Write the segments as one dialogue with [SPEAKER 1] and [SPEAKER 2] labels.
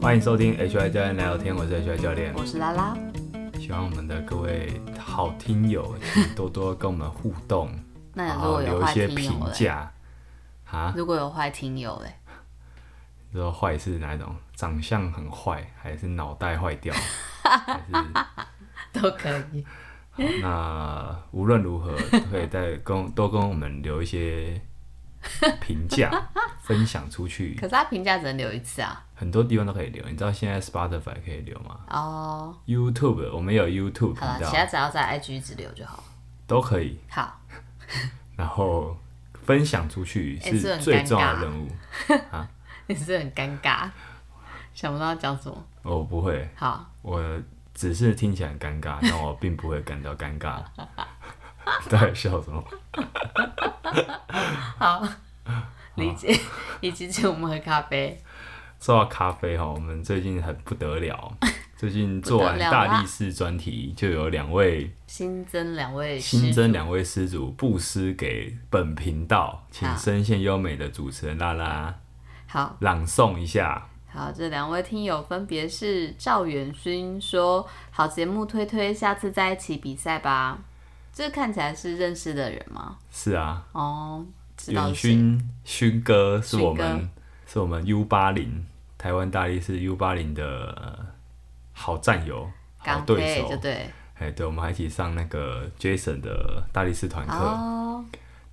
[SPEAKER 1] 欢迎收听 HY 教练来聊天，我是 HY 教练。
[SPEAKER 2] 我是拉拉，
[SPEAKER 1] 希望我们的各位好听友请多多跟我们互 动，
[SPEAKER 2] 那
[SPEAKER 1] 然
[SPEAKER 2] 嗯如
[SPEAKER 1] 后
[SPEAKER 2] 果有
[SPEAKER 1] 留一
[SPEAKER 2] 坏
[SPEAKER 1] 些
[SPEAKER 2] 听
[SPEAKER 1] 评
[SPEAKER 2] 友嘞，
[SPEAKER 1] 价啊。
[SPEAKER 2] 如果有坏听友嘞，
[SPEAKER 1] 你说坏是哪一种？长相很坏，还是脑袋坏 掉？还是
[SPEAKER 2] 都可以。
[SPEAKER 1] 好那无论如何，可以再跟多跟我们留一 些评价，分享出去
[SPEAKER 2] 可，是他评价只能留一次啊。
[SPEAKER 1] 很多地方都可以留。你知道现在 Spotify 可以留吗
[SPEAKER 2] 哦，
[SPEAKER 1] ？YouTube 我们有 YouTube 频
[SPEAKER 2] 好了，
[SPEAKER 1] 道
[SPEAKER 2] 其，他只要在 IG 一直留就好。
[SPEAKER 1] 都可以。
[SPEAKER 2] 好，
[SPEAKER 1] 然后分享出去
[SPEAKER 2] 欸
[SPEAKER 1] 是
[SPEAKER 2] 这很
[SPEAKER 1] 最
[SPEAKER 2] 尴
[SPEAKER 1] 重要
[SPEAKER 2] 尬
[SPEAKER 1] 的任务。
[SPEAKER 2] 你是不是很尴尬，想不到要讲什么。
[SPEAKER 1] 我哦不会，
[SPEAKER 2] 好，
[SPEAKER 1] 我只是听起来很尴尬，但我并不会感到尴 尬。到底笑什么？
[SPEAKER 2] 好，理解。 以及请我们喝咖啡，
[SPEAKER 1] 说到咖啡哈，我们最近很不得 了，最近做完
[SPEAKER 2] 不得了啦
[SPEAKER 1] 大力士专题，就有两位
[SPEAKER 2] 新增两位师
[SPEAKER 1] 新增两位施主布施给本频道，请
[SPEAKER 2] 好
[SPEAKER 1] 声线优美的主持人拉拉
[SPEAKER 2] 好
[SPEAKER 1] 朗诵一下。
[SPEAKER 2] 好，这两位听友分别是赵元勋说：“好节目推推，下次在一起比赛吧。”这看起来是认识的人吗？
[SPEAKER 1] 是啊，
[SPEAKER 2] 哦，知道
[SPEAKER 1] 永
[SPEAKER 2] 是谁。
[SPEAKER 1] 勋勋哥是
[SPEAKER 2] 勋哥
[SPEAKER 1] 我们是我们 U 八零台湾大力士 U 八零的、呃好战友、好
[SPEAKER 2] 港
[SPEAKER 1] 对
[SPEAKER 2] 配
[SPEAKER 1] 手
[SPEAKER 2] 就。对
[SPEAKER 1] 哎，对，我们还一起上那个 Jason 的大力士团课，
[SPEAKER 2] 哦，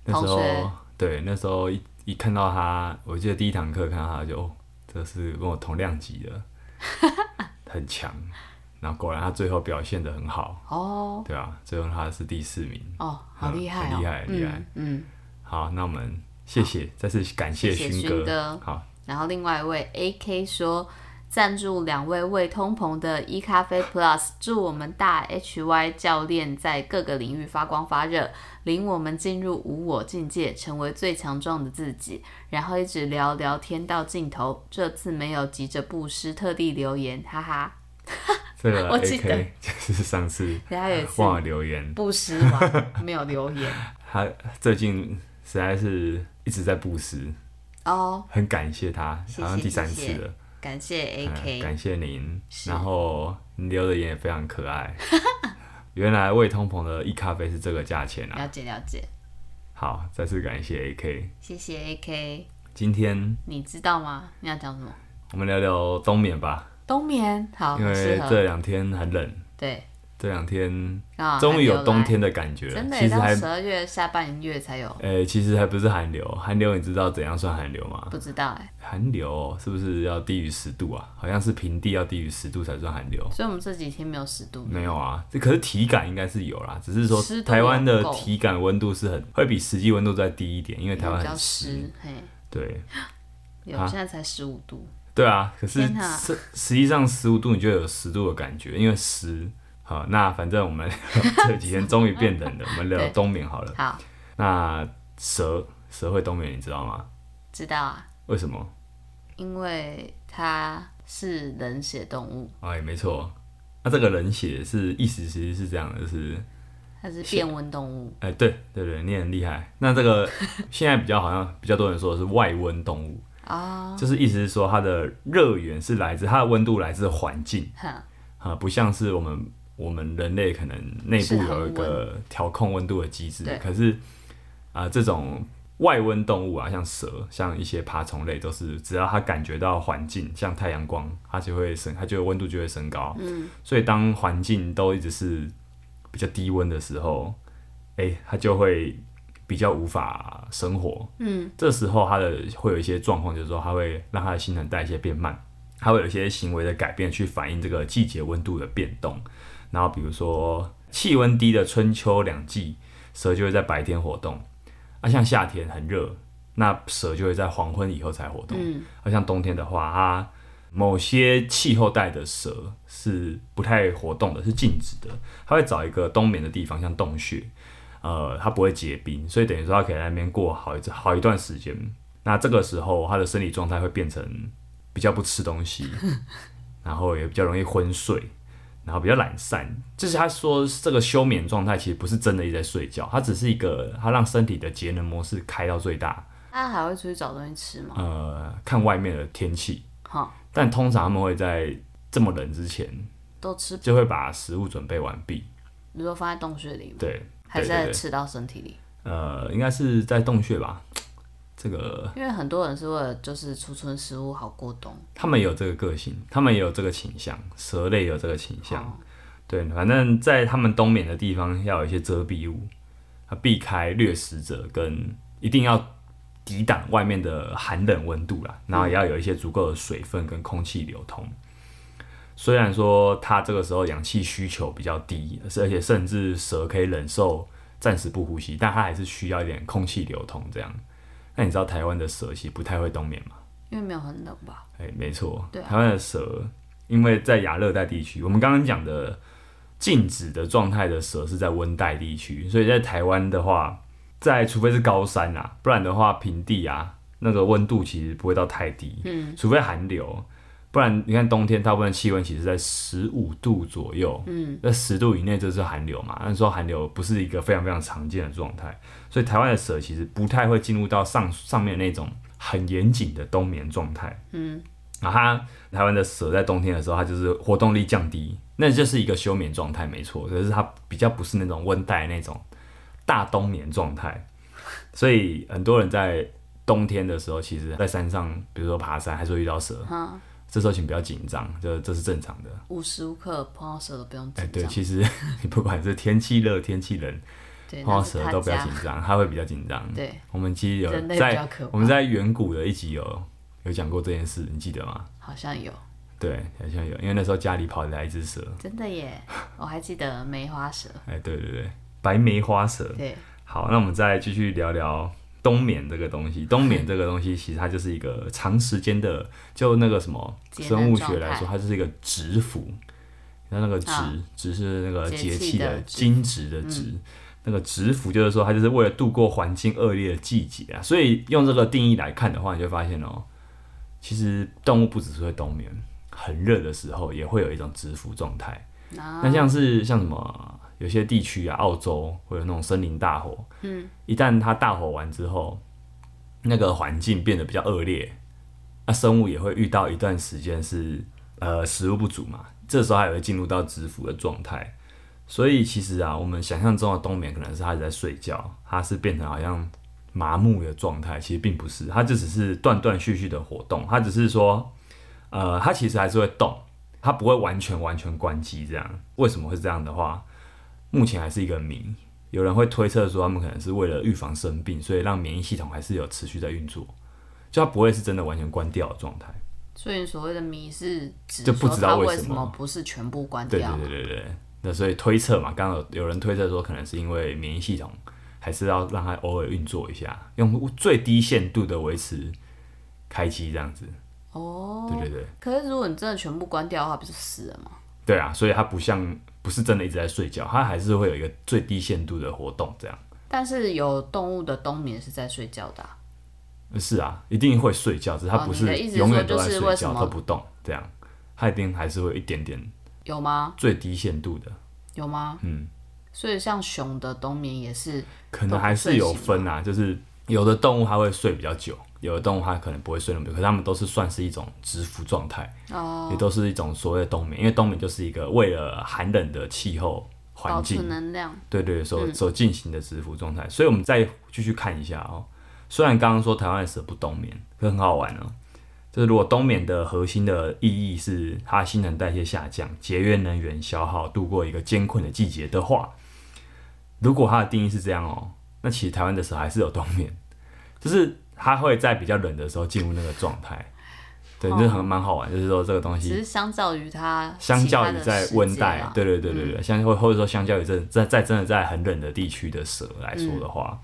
[SPEAKER 1] 那时
[SPEAKER 2] 同
[SPEAKER 1] 候
[SPEAKER 2] 学
[SPEAKER 1] 对，那时候一一看到他，我记得第一堂课看到他就，哦，这是跟我同量级 的，很强。然后果然他最后表现的很好，
[SPEAKER 2] 哦
[SPEAKER 1] 对啊，最后他是第四名。
[SPEAKER 2] 哦，好
[SPEAKER 1] 嗯
[SPEAKER 2] 厉害、哦，
[SPEAKER 1] 很厉害很厉害
[SPEAKER 2] 嗯。嗯，
[SPEAKER 1] 好，那我们谢谢，再次感谢
[SPEAKER 2] 谢谢
[SPEAKER 1] 勋
[SPEAKER 2] 勋哥
[SPEAKER 1] 好，
[SPEAKER 2] 然后另外一位 A K 说。赞助两位未通膨的 e 咖啡 Plus，祝我们大 HY 教练在各个领域发光发热，领我们进入无我境界，成为最强壮的自己，然后一直聊聊天到尽头。这次没有急着布施，特地留言，哈哈。
[SPEAKER 1] 这个
[SPEAKER 2] 我记
[SPEAKER 1] AK 就是上次
[SPEAKER 2] 然后有一次
[SPEAKER 1] 忘了留言，
[SPEAKER 2] 布施完没有留言
[SPEAKER 1] 他最近实在是一直在布施，
[SPEAKER 2] 哦
[SPEAKER 1] 很感谢他，
[SPEAKER 2] 谢谢
[SPEAKER 1] 好像第三次
[SPEAKER 2] 谢谢
[SPEAKER 1] 了。
[SPEAKER 2] 感谢 A
[SPEAKER 1] 嗯
[SPEAKER 2] K，、
[SPEAKER 1] 感谢您。
[SPEAKER 2] 是
[SPEAKER 1] 然后你留的言也非常可 爱。原来魏通膨的一咖啡是这个价钱啊！
[SPEAKER 2] 了解了解，
[SPEAKER 1] 好，再次感谢 AK。
[SPEAKER 2] 谢谢 A K。
[SPEAKER 1] 今天
[SPEAKER 2] 你知道吗？你要讲什么？
[SPEAKER 1] 我们聊聊冬眠吧，
[SPEAKER 2] 冬眠，哦好，
[SPEAKER 1] 因为
[SPEAKER 2] 很适合。
[SPEAKER 1] 这两天很冷，
[SPEAKER 2] 对，
[SPEAKER 1] 这两天
[SPEAKER 2] 刚好
[SPEAKER 1] 终于有
[SPEAKER 2] 哦寒流
[SPEAKER 1] 冬
[SPEAKER 2] 来，
[SPEAKER 1] 天的感觉了。
[SPEAKER 2] 真的
[SPEAKER 1] 其
[SPEAKER 2] 耶
[SPEAKER 1] 实
[SPEAKER 2] 到
[SPEAKER 1] 还
[SPEAKER 2] 十二月下半月才有，
[SPEAKER 1] 呃、其实还不是寒流，寒流你知道怎样算寒流吗？
[SPEAKER 2] 不知道哎。
[SPEAKER 1] 寒流是不是要低于十度啊？好像是平地要低于十度才算寒流。
[SPEAKER 2] 所以我们这几天没有十度，
[SPEAKER 1] 没有啊，这可是体感应该是有啦，只是说
[SPEAKER 2] 湿度
[SPEAKER 1] 台湾的
[SPEAKER 2] 也不够
[SPEAKER 1] 体感温度是很会比实际温度再低一点，因为台湾
[SPEAKER 2] 比较
[SPEAKER 1] 很湿。
[SPEAKER 2] 湿，嘿，
[SPEAKER 1] 对
[SPEAKER 2] 有
[SPEAKER 1] 啊
[SPEAKER 2] 现在才十五度，
[SPEAKER 1] 对啊，可是
[SPEAKER 2] 天哪
[SPEAKER 1] 实实际上十五度你就有十度的感觉，因为湿。好，那反正我 们这几天终于变冷了，我们聊
[SPEAKER 2] 对
[SPEAKER 1] 冬眠好了。
[SPEAKER 2] 好，
[SPEAKER 1] 那蛇蛇会冬眠，你知道吗？
[SPEAKER 2] 知道啊，
[SPEAKER 1] 为什么？
[SPEAKER 2] 因为它是冷血动物，
[SPEAKER 1] 哎，没错，那这个冷血是意思其实是这样的，就是
[SPEAKER 2] 它是变温动物，
[SPEAKER 1] 哎、对对对，你很厉害。那这个现在比较好像比较多人说的是外温动物啊，就是意思是说它的热源是来自它的温度来自环境
[SPEAKER 2] 哼，
[SPEAKER 1] 啊，不像是我们我们人类可能内部
[SPEAKER 2] 是恒
[SPEAKER 1] 有一个调控温度的机制
[SPEAKER 2] 对，
[SPEAKER 1] 可是啊、这种外温动物啊，像蛇，像一些爬虫类，都是只要它感觉到环境，像太阳光，它就会升，它就温度就会升高。嗯，所以当环境都一直是比较低温的时候，哎、它就会比较无法生活。嗯，这时候它的会有一些状况，就是说它会让它的新陈代谢变慢，它会有一些行为的改变去反映这个季节温度的变动。然后比如说气温低的春秋两季，蛇就会在白天活动。那、像夏天很热，那蛇就会在黄昏以后才活动。
[SPEAKER 2] 嗯，
[SPEAKER 1] 而像冬天的话，它某些气候带的蛇是不太活动的，是静止的，它会找一个冬眠的地方，像洞穴，呃，它不会结冰，所以等于说它可以在那边过好一阵好一段时间。那这个时候，它的生理状态会变成比较不吃东 西，然后也比较容易昏睡，然后比较懒散。就是他说这个休眠状态其实不是真的一直在睡觉，它只是一个它让身体的节能模式开到最大，
[SPEAKER 2] 它还会出去找东西吃吗？
[SPEAKER 1] 呃，看外面的天气，
[SPEAKER 2] 好，
[SPEAKER 1] 但通常他们会在这么冷之前
[SPEAKER 2] 都吃，
[SPEAKER 1] 就会把食物准备完毕。
[SPEAKER 2] 你说放在洞穴里吗？
[SPEAKER 1] 对，
[SPEAKER 2] 还是
[SPEAKER 1] 对对
[SPEAKER 2] 在
[SPEAKER 1] 对
[SPEAKER 2] 吃到身体里？
[SPEAKER 1] 呃，应该是在洞穴吧。这个
[SPEAKER 2] 因为很多人是为了就是储存食物好过冬。
[SPEAKER 1] 他们也有这个个性，他们也有这个倾向，蛇类有这个倾向。
[SPEAKER 2] 好
[SPEAKER 1] 对，反正在他们冬眠的地方要有一些遮蔽物，啊，避开掠食者跟一定要抵挡外面的寒冷温度啦，然后也要有一些足够的水分跟空气流通。虽然说它这个时候氧气需求比较低，而且甚至蛇可以忍受暂时不呼吸，但它还是需要一点空气流通这样。那你知道台湾的蛇其实不太会冬眠吗？
[SPEAKER 2] 因为没有很冷吧？
[SPEAKER 1] 哎、没错，
[SPEAKER 2] 对啊
[SPEAKER 1] 台湾的蛇，因为在亚热带地区，我们刚刚讲的静止的状态的蛇是在温带地区，所以在台湾的话，在除非是高山啊，不然的话平地啊，那个温度其实不会到太低，嗯，除非寒流。不然，你看冬天大部分气温其实在十五度左右，嗯，那十度以内就是寒流嘛。那时候寒流不是一个非常非常常见的状态，所以台湾的蛇其实不太会进入到上上面那种很严谨的冬眠状态。然后它台湾的蛇在冬天的时候，它就是活动力降低，那就是一个休眠状态，没错。可是它比较不是那种温带那种大冬眠状态，所以很多人在冬天的时候，其实在山上，比如说爬山，还是会遇到蛇。
[SPEAKER 2] 哈，
[SPEAKER 1] 这时候请不要紧张，这这是正常的。
[SPEAKER 2] 无时无刻碰到蛇都不用
[SPEAKER 1] 哎、
[SPEAKER 2] 紧
[SPEAKER 1] 对，
[SPEAKER 2] 张。
[SPEAKER 1] 其 实你不管是天气热、天气冷，
[SPEAKER 2] 对，
[SPEAKER 1] 碰
[SPEAKER 2] 那
[SPEAKER 1] 到
[SPEAKER 2] 是
[SPEAKER 1] 蛇
[SPEAKER 2] 他
[SPEAKER 1] 都不要
[SPEAKER 2] 家
[SPEAKER 1] 紧张，它会比较紧张。
[SPEAKER 2] 对，
[SPEAKER 1] 我们其实
[SPEAKER 2] 人
[SPEAKER 1] 有
[SPEAKER 2] 类比较
[SPEAKER 1] 在
[SPEAKER 2] 可怕
[SPEAKER 1] 我们在远古的一集有有讲过这件事，你记得吗？
[SPEAKER 2] 好像有，
[SPEAKER 1] 对，好像有，因为那时候家里跑来一只蛇，
[SPEAKER 2] 真 的耶！我还记得梅花蛇。
[SPEAKER 1] 哎，对对对，白梅花蛇。
[SPEAKER 2] 对，
[SPEAKER 1] 好，那我们再继续聊聊冬眠这个东西。冬眠这个东西，其实它就是一个长时间的，就那个什么
[SPEAKER 2] 节能
[SPEAKER 1] 生物学来
[SPEAKER 2] 状态
[SPEAKER 1] 说，它就是一个蛰伏。那那个蛰
[SPEAKER 2] 啊，
[SPEAKER 1] 蛰是那个
[SPEAKER 2] 节
[SPEAKER 1] 节
[SPEAKER 2] 气
[SPEAKER 1] 气
[SPEAKER 2] 的嗯
[SPEAKER 1] 的
[SPEAKER 2] 蛰
[SPEAKER 1] 惊蛰的蛰。那个蛰伏就是说，它就是为了度过环境恶劣的季节啊。所以用这个定义来看的话，你就发现哦，其实动物不只是会冬眠，很热的时候也会有一种蛰伏状态。
[SPEAKER 2] 那
[SPEAKER 1] 那像是像什么有些地区啊，澳洲会有那种森林大火，嗯，一旦它大火完之后，那个环境变得比较恶劣，那生物也会遇到一段时间是呃食物不足嘛，这时候还会进入到蛰伏的状态。所以其实啊，我们想象中的冬眠可能是它一直在睡觉，它是变成好像麻木的状态，其实并不是，它就只是断断续续的活动，它只是说，呃，它其实还是会动，它不会完全完全关机这样。为什么会这样的话，目前还是一个谜。有人会推测说，他们可能是为了预防生病，所以让免疫系统还是有持续在运作，就它不会是真的完全关掉的状态。
[SPEAKER 2] 所以所谓的迷是指
[SPEAKER 1] 就不
[SPEAKER 2] 说
[SPEAKER 1] 知
[SPEAKER 2] 它
[SPEAKER 1] 道
[SPEAKER 2] 为
[SPEAKER 1] 为什
[SPEAKER 2] 么
[SPEAKER 1] 么
[SPEAKER 2] 不是全部关
[SPEAKER 1] 对
[SPEAKER 2] 掉
[SPEAKER 1] 对？对对对。那所以推测嘛，刚刚有有人推测说，可能是因为免疫系统还是要让它偶尔运作一下，用最低限度的维持开机这样子。
[SPEAKER 2] 哦，
[SPEAKER 1] 对对对
[SPEAKER 2] 可是如果你真的全部关掉的话，不就死了吗？
[SPEAKER 1] 对啊，所以它不像不是真的一直在睡觉，它还是会有一个最低限度的活动这样。
[SPEAKER 2] 但是有动物的冬眠是在睡觉的啊、
[SPEAKER 1] 是啊，一定会睡觉，只是它
[SPEAKER 2] 哦
[SPEAKER 1] 不
[SPEAKER 2] 你
[SPEAKER 1] 是
[SPEAKER 2] 的意思是
[SPEAKER 1] 永远都
[SPEAKER 2] 说就
[SPEAKER 1] 在
[SPEAKER 2] 是
[SPEAKER 1] 睡
[SPEAKER 2] 为什
[SPEAKER 1] 觉，
[SPEAKER 2] 么
[SPEAKER 1] 它不动，这样它一定还是会有一点点
[SPEAKER 2] 有吗？
[SPEAKER 1] 最低限度的，
[SPEAKER 2] 有吗？
[SPEAKER 1] 嗯，
[SPEAKER 2] 所以像熊的冬眠也是
[SPEAKER 1] 可能还是有分啊，就是有的动物它会睡比较久，有的动物它可能不会睡那么久，可是它们都是算是一种蛰伏状态，
[SPEAKER 2] 哦，
[SPEAKER 1] 也都是一种所谓的冬眠，因为冬眠就是一个为了寒冷的气候
[SPEAKER 2] 保
[SPEAKER 1] 环境
[SPEAKER 2] 存能量，
[SPEAKER 1] 对对，所所进行的直服状态。所以我们再继续看一下哦。虽然刚刚说台湾的蛇不冬眠，可很好玩哦。就是如果冬眠的核心的意义是它新陈代谢下降，节约能源消耗，度过一个艰困的季节的话，如果它的定义是这样哦，那其实台湾的蛇还是有冬眠，就是它会在比较冷的时候进入那个状态。对，这很蛮好玩，就是说这个东西
[SPEAKER 2] 只是相较于它
[SPEAKER 1] 相较于
[SPEAKER 2] 其他的
[SPEAKER 1] 在
[SPEAKER 2] 世界
[SPEAKER 1] 温带
[SPEAKER 2] 啊，，
[SPEAKER 1] 对对对对对，相或或者说相较于这在在真的在很冷的地区的蛇来说
[SPEAKER 2] 嗯
[SPEAKER 1] 的话，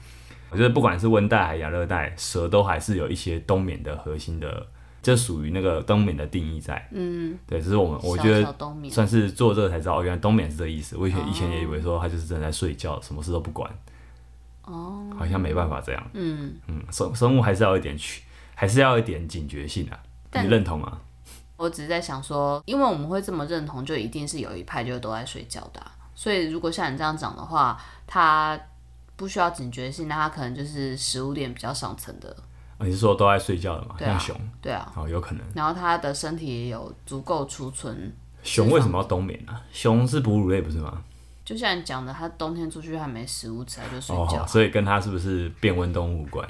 [SPEAKER 1] 我觉得不管是温带还是亚热带，蛇都还是有一些冬眠的核心的，这属于那个冬眠的定义在。
[SPEAKER 2] 嗯，
[SPEAKER 1] 对，这是我们我
[SPEAKER 2] 小
[SPEAKER 1] 觉
[SPEAKER 2] 小
[SPEAKER 1] 得
[SPEAKER 2] 冬眠，
[SPEAKER 1] 算是做这个才知道，哦，原来冬眠是这个意思。我以前以前
[SPEAKER 2] 哦
[SPEAKER 1] 也以为说它就是正在睡觉，什么事都不管，
[SPEAKER 2] 哦，
[SPEAKER 1] 好像没办法这样。
[SPEAKER 2] 嗯，
[SPEAKER 1] 嗯，生生物还是要有一点去，还是要有一点警觉性啊。
[SPEAKER 2] 但
[SPEAKER 1] 你认同吗？
[SPEAKER 2] 我只是在想说，因为我们会这么认同，就一定是有一派就都在睡觉的啊、所以如果像你这样讲的话，他不需要警觉性，那他可能就是食物链比较上层的
[SPEAKER 1] 啊你是说都爱睡觉的嘛？
[SPEAKER 2] 对啊
[SPEAKER 1] 像熊，
[SPEAKER 2] 对啊，
[SPEAKER 1] 哦，有可能。
[SPEAKER 2] 然后它的身体也有足够储存，
[SPEAKER 1] 熊为什么要冬眠啊？熊是哺乳类不是吗？
[SPEAKER 2] 就像你讲的，它冬天出去还没食物吃，它就睡
[SPEAKER 1] 哦
[SPEAKER 2] 觉，
[SPEAKER 1] 所以跟它是不是变温动物无关？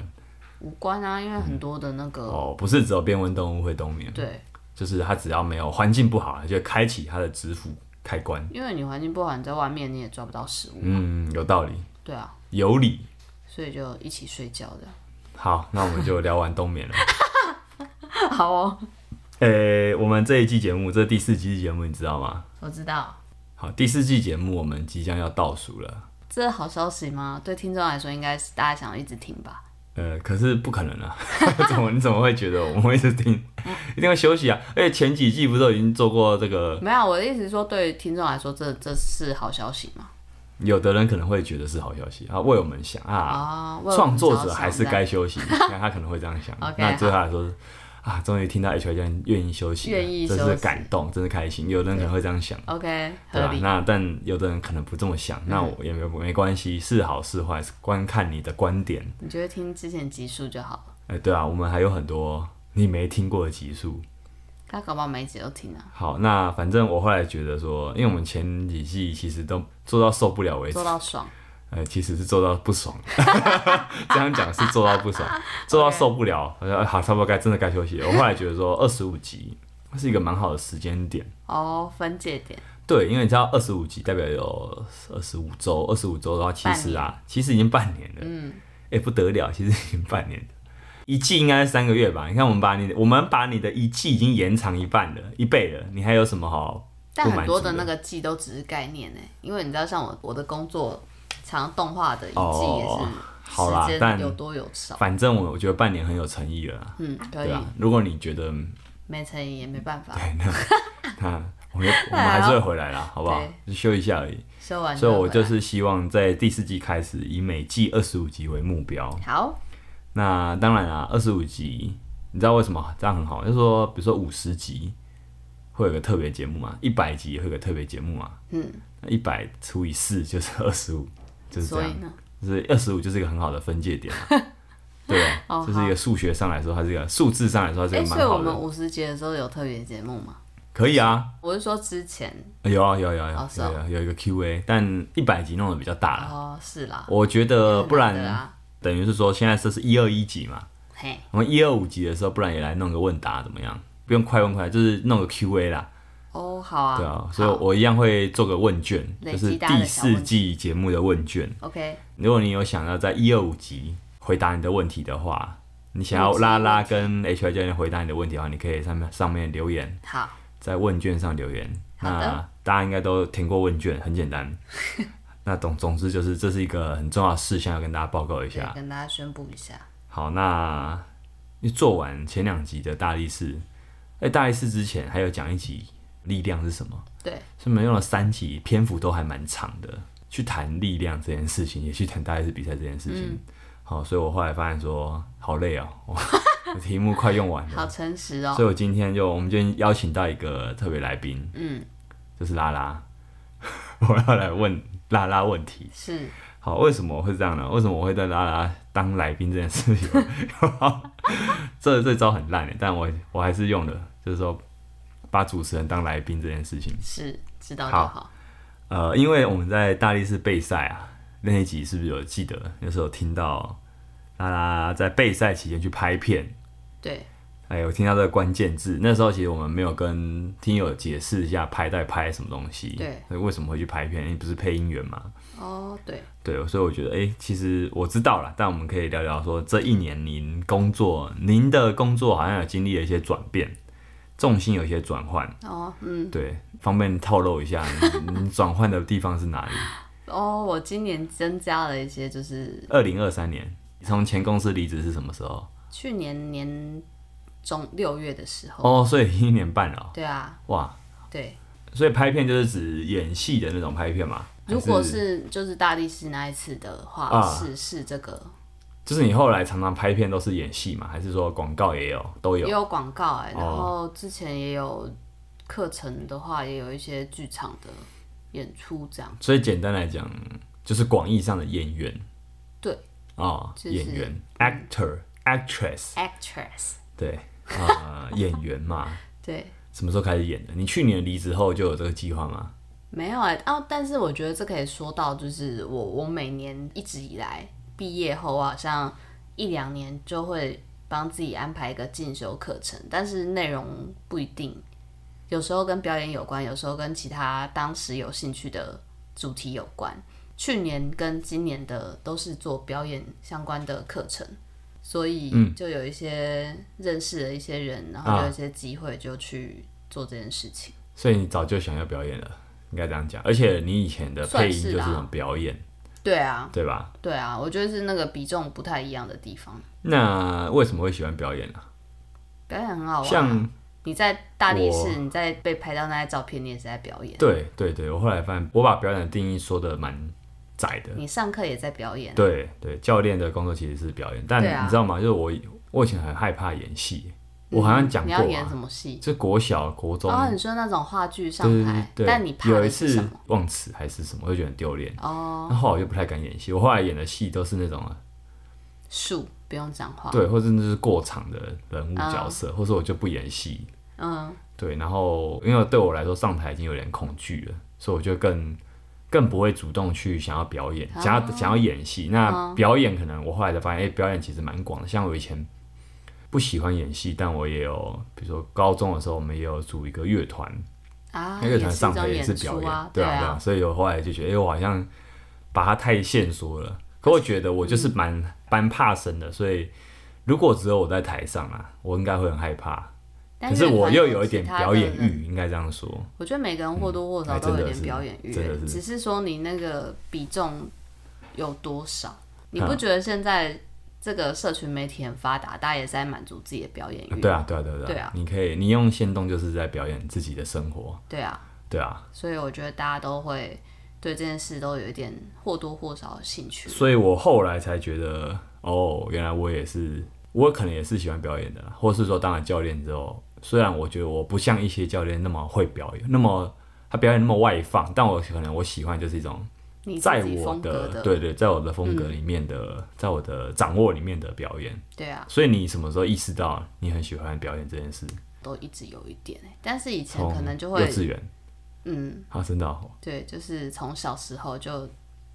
[SPEAKER 2] 无关啊，因为很多的那个、
[SPEAKER 1] 嗯哦，不是只有变温动物会冬眠，
[SPEAKER 2] 对，
[SPEAKER 1] 就是它只要没有环境不好，它就会开启它的直腹开关。
[SPEAKER 2] 因为你环境不好，你在外面你也抓不到食物，
[SPEAKER 1] 嗯，有道理，
[SPEAKER 2] 对啊，
[SPEAKER 1] 有理。
[SPEAKER 2] 所以就一起睡觉的。
[SPEAKER 1] 好，那我们就聊完冬眠了。
[SPEAKER 2] 好哦，
[SPEAKER 1] 呃、我们这一季节目，这第四季节目，你知道吗？
[SPEAKER 2] 我知道
[SPEAKER 1] 好，第四季节目我们即将要倒数了。
[SPEAKER 2] 这好消息吗？对听众来说，应该是大家想要一直听吧。
[SPEAKER 1] 呃，可是不可能啊！ 怎么你怎么会觉得我们会一直 听？
[SPEAKER 2] 嗯
[SPEAKER 1] 一定会休息啊！而且前几季不是都已经做过这个？
[SPEAKER 2] 没有，啊我的意思是说，对于听众来说，这这是好消息嘛？
[SPEAKER 1] 有的人可能会觉得是好消息啊，为我们想啊，
[SPEAKER 2] 啊，为我们
[SPEAKER 1] 创作
[SPEAKER 2] 着
[SPEAKER 1] 者
[SPEAKER 2] 想
[SPEAKER 1] 还是
[SPEAKER 2] 这样
[SPEAKER 1] 该休 息。那他可能会这样想
[SPEAKER 2] OK，。
[SPEAKER 1] 那对他来说是啊，终于听到 H Y 酱愿意休息了，
[SPEAKER 2] 愿意
[SPEAKER 1] 这
[SPEAKER 2] 休
[SPEAKER 1] 是
[SPEAKER 2] 息
[SPEAKER 1] 感动，真是开心。有的人可能会这样想。
[SPEAKER 2] OK
[SPEAKER 1] 对
[SPEAKER 2] 合
[SPEAKER 1] 吧？
[SPEAKER 2] 理。嗯
[SPEAKER 1] 那但有的人可能不这么想，那我也没没关系，是好是坏，是观看你的观点。
[SPEAKER 2] 你就会听之前集数就好了，
[SPEAKER 1] 哎、对啊，我们还有很多你没听过的集数。
[SPEAKER 2] 他搞不好每一集都听啊，
[SPEAKER 1] 好，那反正我后来觉得说，因为我们前几季其实都做到受不了为止
[SPEAKER 2] 做，到爽。
[SPEAKER 1] 呃，其实是做到不爽。 这样讲是做到不 爽，做到受不了，好像啊好差不多该真的该休息了。我后来觉得说，二十五集是一个蛮好的时间点。
[SPEAKER 2] 哦，分界点，
[SPEAKER 1] 对，因为你知道二十五集代表有二十五周，二十五周的话，其实啊，其实已经半年了，嗯，哎、不得了，其实已经半年了，一季应该是三个月吧？你看，我们把你的，我们把你的一季已经延长一半了，一倍了，你还有什么好？
[SPEAKER 2] 但很多
[SPEAKER 1] 不满
[SPEAKER 2] 的
[SPEAKER 1] 足的
[SPEAKER 2] 那个季都只是概念呢，因为你知道，像我我的工作，常动画的一季也
[SPEAKER 1] 哦好啦
[SPEAKER 2] 是时
[SPEAKER 1] 但
[SPEAKER 2] 间有多有少，
[SPEAKER 1] 反正我我觉得半年很有诚意了啦，
[SPEAKER 2] 嗯，可
[SPEAKER 1] 对
[SPEAKER 2] 以
[SPEAKER 1] 啊，，如果你觉得，嗯
[SPEAKER 2] 没诚意也没办法，
[SPEAKER 1] 那我们我们还是会回来啦，好不好
[SPEAKER 2] 啊对？
[SPEAKER 1] 就休一下而已。
[SPEAKER 2] 修完
[SPEAKER 1] 所以，我
[SPEAKER 2] 回
[SPEAKER 1] 就
[SPEAKER 2] 来
[SPEAKER 1] 是希望在第四季开始，以每季二十五集为目标。
[SPEAKER 2] 好，
[SPEAKER 1] 那当然啦，二十五集，你知道为什么这样很好？就是说，比如说五十集会有个特别节目嘛，一百集也会有个特别节目嘛。
[SPEAKER 2] 嗯，
[SPEAKER 1] 一百除以四就是二十五，就是这
[SPEAKER 2] 所以
[SPEAKER 1] 样，
[SPEAKER 2] 呢，
[SPEAKER 1] 就是二十五就是一个很好的分界点 嘛。对吧，
[SPEAKER 2] 哦
[SPEAKER 1] 这是一个数学上来说，它是一个数字上来说，它是
[SPEAKER 2] 哎，
[SPEAKER 1] 一个
[SPEAKER 2] 所以
[SPEAKER 1] 蛮
[SPEAKER 2] 我
[SPEAKER 1] 好
[SPEAKER 2] 们
[SPEAKER 1] 的。
[SPEAKER 2] 五十集的时候有特别节目吗？
[SPEAKER 1] 可以啊，
[SPEAKER 2] 我是说之前
[SPEAKER 1] 有啊有啊有啊有
[SPEAKER 2] 哦
[SPEAKER 1] 啊
[SPEAKER 2] 是
[SPEAKER 1] 有
[SPEAKER 2] 哦
[SPEAKER 1] 啊有一个 Q&A，但一百集弄得比较大了。
[SPEAKER 2] 哦，是啦，
[SPEAKER 1] 我觉得啊呃不
[SPEAKER 2] 很难得
[SPEAKER 1] 然
[SPEAKER 2] 啊，
[SPEAKER 1] 等于是说，现在这是一二一集嘛，
[SPEAKER 2] 嘿，
[SPEAKER 1] 我们一二五集的时候，不然也来弄个问答怎么样？不用快问快答，就是弄个 Q&A 啦，
[SPEAKER 2] 哦，好啊，
[SPEAKER 1] 对啊，所以
[SPEAKER 2] 好
[SPEAKER 1] 我一样会做个问卷，
[SPEAKER 2] 累
[SPEAKER 1] 就
[SPEAKER 2] 积
[SPEAKER 1] 是
[SPEAKER 2] 大家
[SPEAKER 1] 第
[SPEAKER 2] 的小问
[SPEAKER 1] 四季节目的问卷。
[SPEAKER 2] OK，
[SPEAKER 1] 如果你有想要在一二五集回答你的问题的话，你想要
[SPEAKER 2] 问什么
[SPEAKER 1] 拉拉
[SPEAKER 2] 问题
[SPEAKER 1] 跟 HR 教练回答你的问题的话，你可以上面上面留言，
[SPEAKER 2] 好，
[SPEAKER 1] 在问卷上留言。
[SPEAKER 2] 好的
[SPEAKER 1] 那大家应该都填过问卷，很简 单。那总总之就是这是一个很重要的事项，要跟大家报告一
[SPEAKER 2] 对
[SPEAKER 1] 下。
[SPEAKER 2] 跟大家宣布一下。
[SPEAKER 1] 好，那你做完前两集的大力士，在大力士之前还有讲一集力量是什么，
[SPEAKER 2] 对，
[SPEAKER 1] 所以我们用了三集，篇幅都还蛮长的，去谈力量这件事情，也去谈大力士比赛这件事
[SPEAKER 2] 嗯
[SPEAKER 1] 情。好，所以我后来发现说，好累 哦，我我题目快用完了，
[SPEAKER 2] 好诚实哦。
[SPEAKER 1] 啊所以我今天就我们就邀请到一个特别来宾，
[SPEAKER 2] 嗯，
[SPEAKER 1] 就是拉拉， 我要来问拉拉问题。
[SPEAKER 2] 是
[SPEAKER 1] 好，为什么会这样呢？为什么我会在拉拉当来宾这件事情？ 这这招很烂欸但我我还是用了，就是说把主持人当来宾这件事情。
[SPEAKER 2] 是，知道就
[SPEAKER 1] 好
[SPEAKER 2] 好。
[SPEAKER 1] 呃，因为我们在大力士备赛啊那一集，是不是有记得？那时候有听到拉拉在备赛期间去拍片，
[SPEAKER 2] 对，
[SPEAKER 1] 哎，我听到这个关键字。那时候其实我们没有跟听友解释一下拍在拍什么东西，
[SPEAKER 2] 对，
[SPEAKER 1] 为什么会去拍片？你不是配音员吗？
[SPEAKER 2] 哦，对，
[SPEAKER 1] 对，所以我觉得，哎、其实我知道了，但我们可以聊聊说，这一年您工作，您的工作好像有经历了一些转变，重心有一些转换，
[SPEAKER 2] 哦，嗯，
[SPEAKER 1] 对，方便透露一下您您转换的地方是哪里？
[SPEAKER 2] 哦，我今年增加了一些，就是
[SPEAKER 1] 二零二三年，从前公司离职是什么时候？
[SPEAKER 2] 去年年中六月的时候。
[SPEAKER 1] 哦，所以一年半了哦，
[SPEAKER 2] 对啊，
[SPEAKER 1] 哇，
[SPEAKER 2] 对。
[SPEAKER 1] 所以拍片就是指演戏的那种拍片嘛？还
[SPEAKER 2] 如果是就是大力士那一次的话，
[SPEAKER 1] 啊
[SPEAKER 2] 是是这个
[SPEAKER 1] 就是你后来常常拍片都是演戏嘛，还是说广告也有都
[SPEAKER 2] 也
[SPEAKER 1] 有？
[SPEAKER 2] 有广告哎、
[SPEAKER 1] 哦
[SPEAKER 2] 然后之前也有课程的话，也有一些剧场的演出这样。
[SPEAKER 1] 所以简单来讲，就是广义上的演员。
[SPEAKER 2] 对
[SPEAKER 1] 哦，
[SPEAKER 2] 就是
[SPEAKER 1] 演员 actor actress，
[SPEAKER 2] actress，
[SPEAKER 1] 对啊、 演员嘛，
[SPEAKER 2] 对，
[SPEAKER 1] 什么时候开始演的？你去年离职后就有这个计划吗？
[SPEAKER 2] 没有哎、哦，但是我觉得这可以说到，就是我我每年一直以来毕业后，我好像一两年就会帮自己安排一个进修课程，但是内容不一定，有时候跟表演有关，有时候跟其他当时有兴趣的主题有关。去年跟今年的都是做表演相关的课程，所以就有一些认识的一些人，然后有一些机会就去做这件事情。
[SPEAKER 1] 所以你早就想要表演了，应该这样讲。而且你以前的配音就是一种表演，
[SPEAKER 2] 对啊，
[SPEAKER 1] 对吧？
[SPEAKER 2] 对啊，我觉得是那个比重不太一样的地方，
[SPEAKER 1] 那为什么会喜欢表演呢、
[SPEAKER 2] 表演很好玩。
[SPEAKER 1] 像
[SPEAKER 2] 你在大力
[SPEAKER 1] 我
[SPEAKER 2] 士，你在被拍到那些照片，你也是在表演。
[SPEAKER 1] 对对对，我后来发现我把表演的定义说的蛮窄的。
[SPEAKER 2] 你上课也在表演，
[SPEAKER 1] 对对，教练的工作其实是表演，但
[SPEAKER 2] 对啊嗯
[SPEAKER 1] 你知道吗？就是我我以前很害怕演戏，我好像讲
[SPEAKER 2] 你
[SPEAKER 1] 过
[SPEAKER 2] 要演
[SPEAKER 1] 啊，
[SPEAKER 2] 什么戏？
[SPEAKER 1] 就国小国中，
[SPEAKER 2] 哦，你说那种话剧上
[SPEAKER 1] 对对
[SPEAKER 2] 台，
[SPEAKER 1] 对，
[SPEAKER 2] 但你怕
[SPEAKER 1] 有
[SPEAKER 2] 的
[SPEAKER 1] 一
[SPEAKER 2] 是什
[SPEAKER 1] 次
[SPEAKER 2] 么？
[SPEAKER 1] 忘词还是什么，我就觉得很丢脸。
[SPEAKER 2] 哦，
[SPEAKER 1] 那后来我就不太敢演戏，我后来演的戏都是那种啊
[SPEAKER 2] 树不用讲话，
[SPEAKER 1] 对，或者就是过场的人物
[SPEAKER 2] 嗯
[SPEAKER 1] 角色，或者我就不演戏。
[SPEAKER 2] 嗯，
[SPEAKER 1] 对，然后因为对我来说上台已经有点恐惧了，所以我就更更不会主动去想要表演，想
[SPEAKER 2] 哦
[SPEAKER 1] 要、想要演戏。那表演可能我后来才发现，哎、表演其实蛮广的。像我以前不喜欢演戏，但我也有，比如说高中的时候，我们也有组一个乐团，
[SPEAKER 2] 啊，
[SPEAKER 1] 那乐团
[SPEAKER 2] 也是
[SPEAKER 1] 上
[SPEAKER 2] 一
[SPEAKER 1] 台
[SPEAKER 2] 种
[SPEAKER 1] 也是
[SPEAKER 2] 演
[SPEAKER 1] 表
[SPEAKER 2] 出
[SPEAKER 1] 演，
[SPEAKER 2] 啊，
[SPEAKER 1] 对啊，
[SPEAKER 2] 啊，
[SPEAKER 1] 所以我后来就觉得，哎、我好像把它太线索了。可我觉得我
[SPEAKER 2] 嗯
[SPEAKER 1] 就是蛮蛮怕生的，所以如果只有我在台上啊，我应该会很害怕。
[SPEAKER 2] 但
[SPEAKER 1] 可是我
[SPEAKER 2] 团
[SPEAKER 1] 又
[SPEAKER 2] 哎有
[SPEAKER 1] 有一
[SPEAKER 2] 其
[SPEAKER 1] 点
[SPEAKER 2] 他
[SPEAKER 1] 表
[SPEAKER 2] 的
[SPEAKER 1] 演
[SPEAKER 2] 人
[SPEAKER 1] 欲，应该这样说。
[SPEAKER 2] 我觉得每个人或多或少
[SPEAKER 1] 哎
[SPEAKER 2] 都有
[SPEAKER 1] 真的
[SPEAKER 2] 点
[SPEAKER 1] 是
[SPEAKER 2] 表演欲
[SPEAKER 1] 真的
[SPEAKER 2] 欸，
[SPEAKER 1] 是
[SPEAKER 2] 只是说你那个比重有多少。你
[SPEAKER 1] 啊
[SPEAKER 2] 不觉得现在这个社群媒体很发达，大家也是在满足自己的表演欲？
[SPEAKER 1] 对啊，对啊，对啊，
[SPEAKER 2] 对啊
[SPEAKER 1] 你可以，你用线动就是在表演自己的生活，
[SPEAKER 2] 对啊，
[SPEAKER 1] 对啊。
[SPEAKER 2] 所以我觉得大家都会对这件事都有一点或多或少的兴趣。
[SPEAKER 1] 所以我后来才觉得，哦，原来我也是，我可能也是喜欢表演的啦，或是说当了教练之后，虽然我觉得我不像一些教练那么会表演，那么他表演那么外放，但我可能我喜欢就是一种
[SPEAKER 2] 你自
[SPEAKER 1] 在
[SPEAKER 2] 己
[SPEAKER 1] 我
[SPEAKER 2] 风格的，嗯
[SPEAKER 1] 对对，在我的风格里面的，在我的掌握里面的表演。
[SPEAKER 2] 对啊，
[SPEAKER 1] 所以你什么时候意识到你很喜欢表演这件事？
[SPEAKER 2] 都一直有一点欸。但是以前
[SPEAKER 1] 从
[SPEAKER 2] 可能就
[SPEAKER 1] 幼
[SPEAKER 2] 会，
[SPEAKER 1] 稚园
[SPEAKER 2] 嗯，
[SPEAKER 1] 啊，真的哦、
[SPEAKER 2] 对，就是从小时候就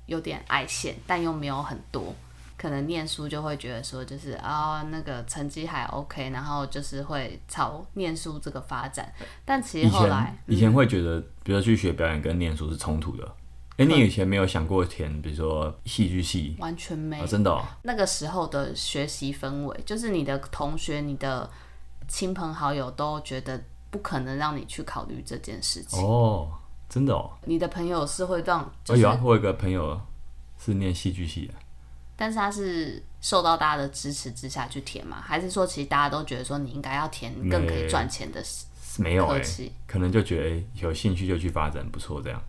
[SPEAKER 2] 有点爱现，但又没有很多。可能念书就会觉得说，就是啊、那个成绩还 OK，然后就是会朝念书这个发展。但其实
[SPEAKER 1] 以
[SPEAKER 2] 后来嗯
[SPEAKER 1] 前，以前会觉得，比如说去学表演跟念书是冲突的。
[SPEAKER 2] 嗯
[SPEAKER 1] 哎、你以前没有想过填，比如说戏剧系
[SPEAKER 2] 完全没
[SPEAKER 1] 啊？真的、哦，
[SPEAKER 2] 那个时候的学习氛围，就是你的同学、你的亲朋好友都觉得不可能让你去考虑这件事情。
[SPEAKER 1] 哦，真的哦。
[SPEAKER 2] 你的朋友是会让，就
[SPEAKER 1] 哦，
[SPEAKER 2] 是
[SPEAKER 1] 有啊，我有一个朋友是念戏剧系的，
[SPEAKER 2] 但是他是受到大家的支持之下去填嘛？还是说其实大家都觉得说你应该要填更可以赚钱的
[SPEAKER 1] 没有
[SPEAKER 2] 科
[SPEAKER 1] 哎、
[SPEAKER 2] 技？
[SPEAKER 1] 可能就觉得、诶有兴趣就去发展，不错这样，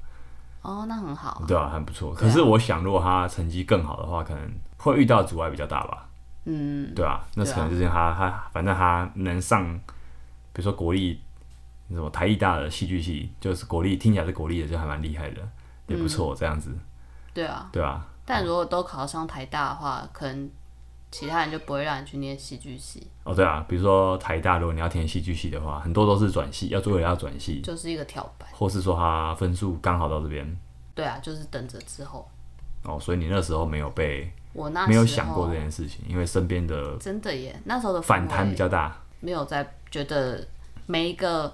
[SPEAKER 2] 哦，那很好。
[SPEAKER 1] 对啊，很不错。可是我想，如果他成绩更好的话，可能会遇到阻碍比较大吧。
[SPEAKER 2] 嗯，
[SPEAKER 1] 对啊，那
[SPEAKER 2] 对啊
[SPEAKER 1] 可能就是他、他反正他能上，比如说国立那种台艺大的戏剧系，就是国立听起来是国立的，就还蛮厉害的，也不
[SPEAKER 2] 嗯
[SPEAKER 1] 错、这样子，
[SPEAKER 2] 对啊。
[SPEAKER 1] 对啊，
[SPEAKER 2] 但如果都考上台大的话，可能其他人就不会让你去念戏剧系，
[SPEAKER 1] 哦对啊，比如说台大，如果你要填戏剧系的话，很多都是转系，要做也要转系，
[SPEAKER 2] 就是一个跳板。
[SPEAKER 1] 或是说他分数刚好到这边
[SPEAKER 2] 对啊，就是等着之后。
[SPEAKER 1] 哦，所以你那时候没有被
[SPEAKER 2] 我那时候
[SPEAKER 1] 没有想过这件事情，因为身边的
[SPEAKER 2] 真的耶，那时候的氛围
[SPEAKER 1] 反弹比较大，
[SPEAKER 2] 没有在觉得每一个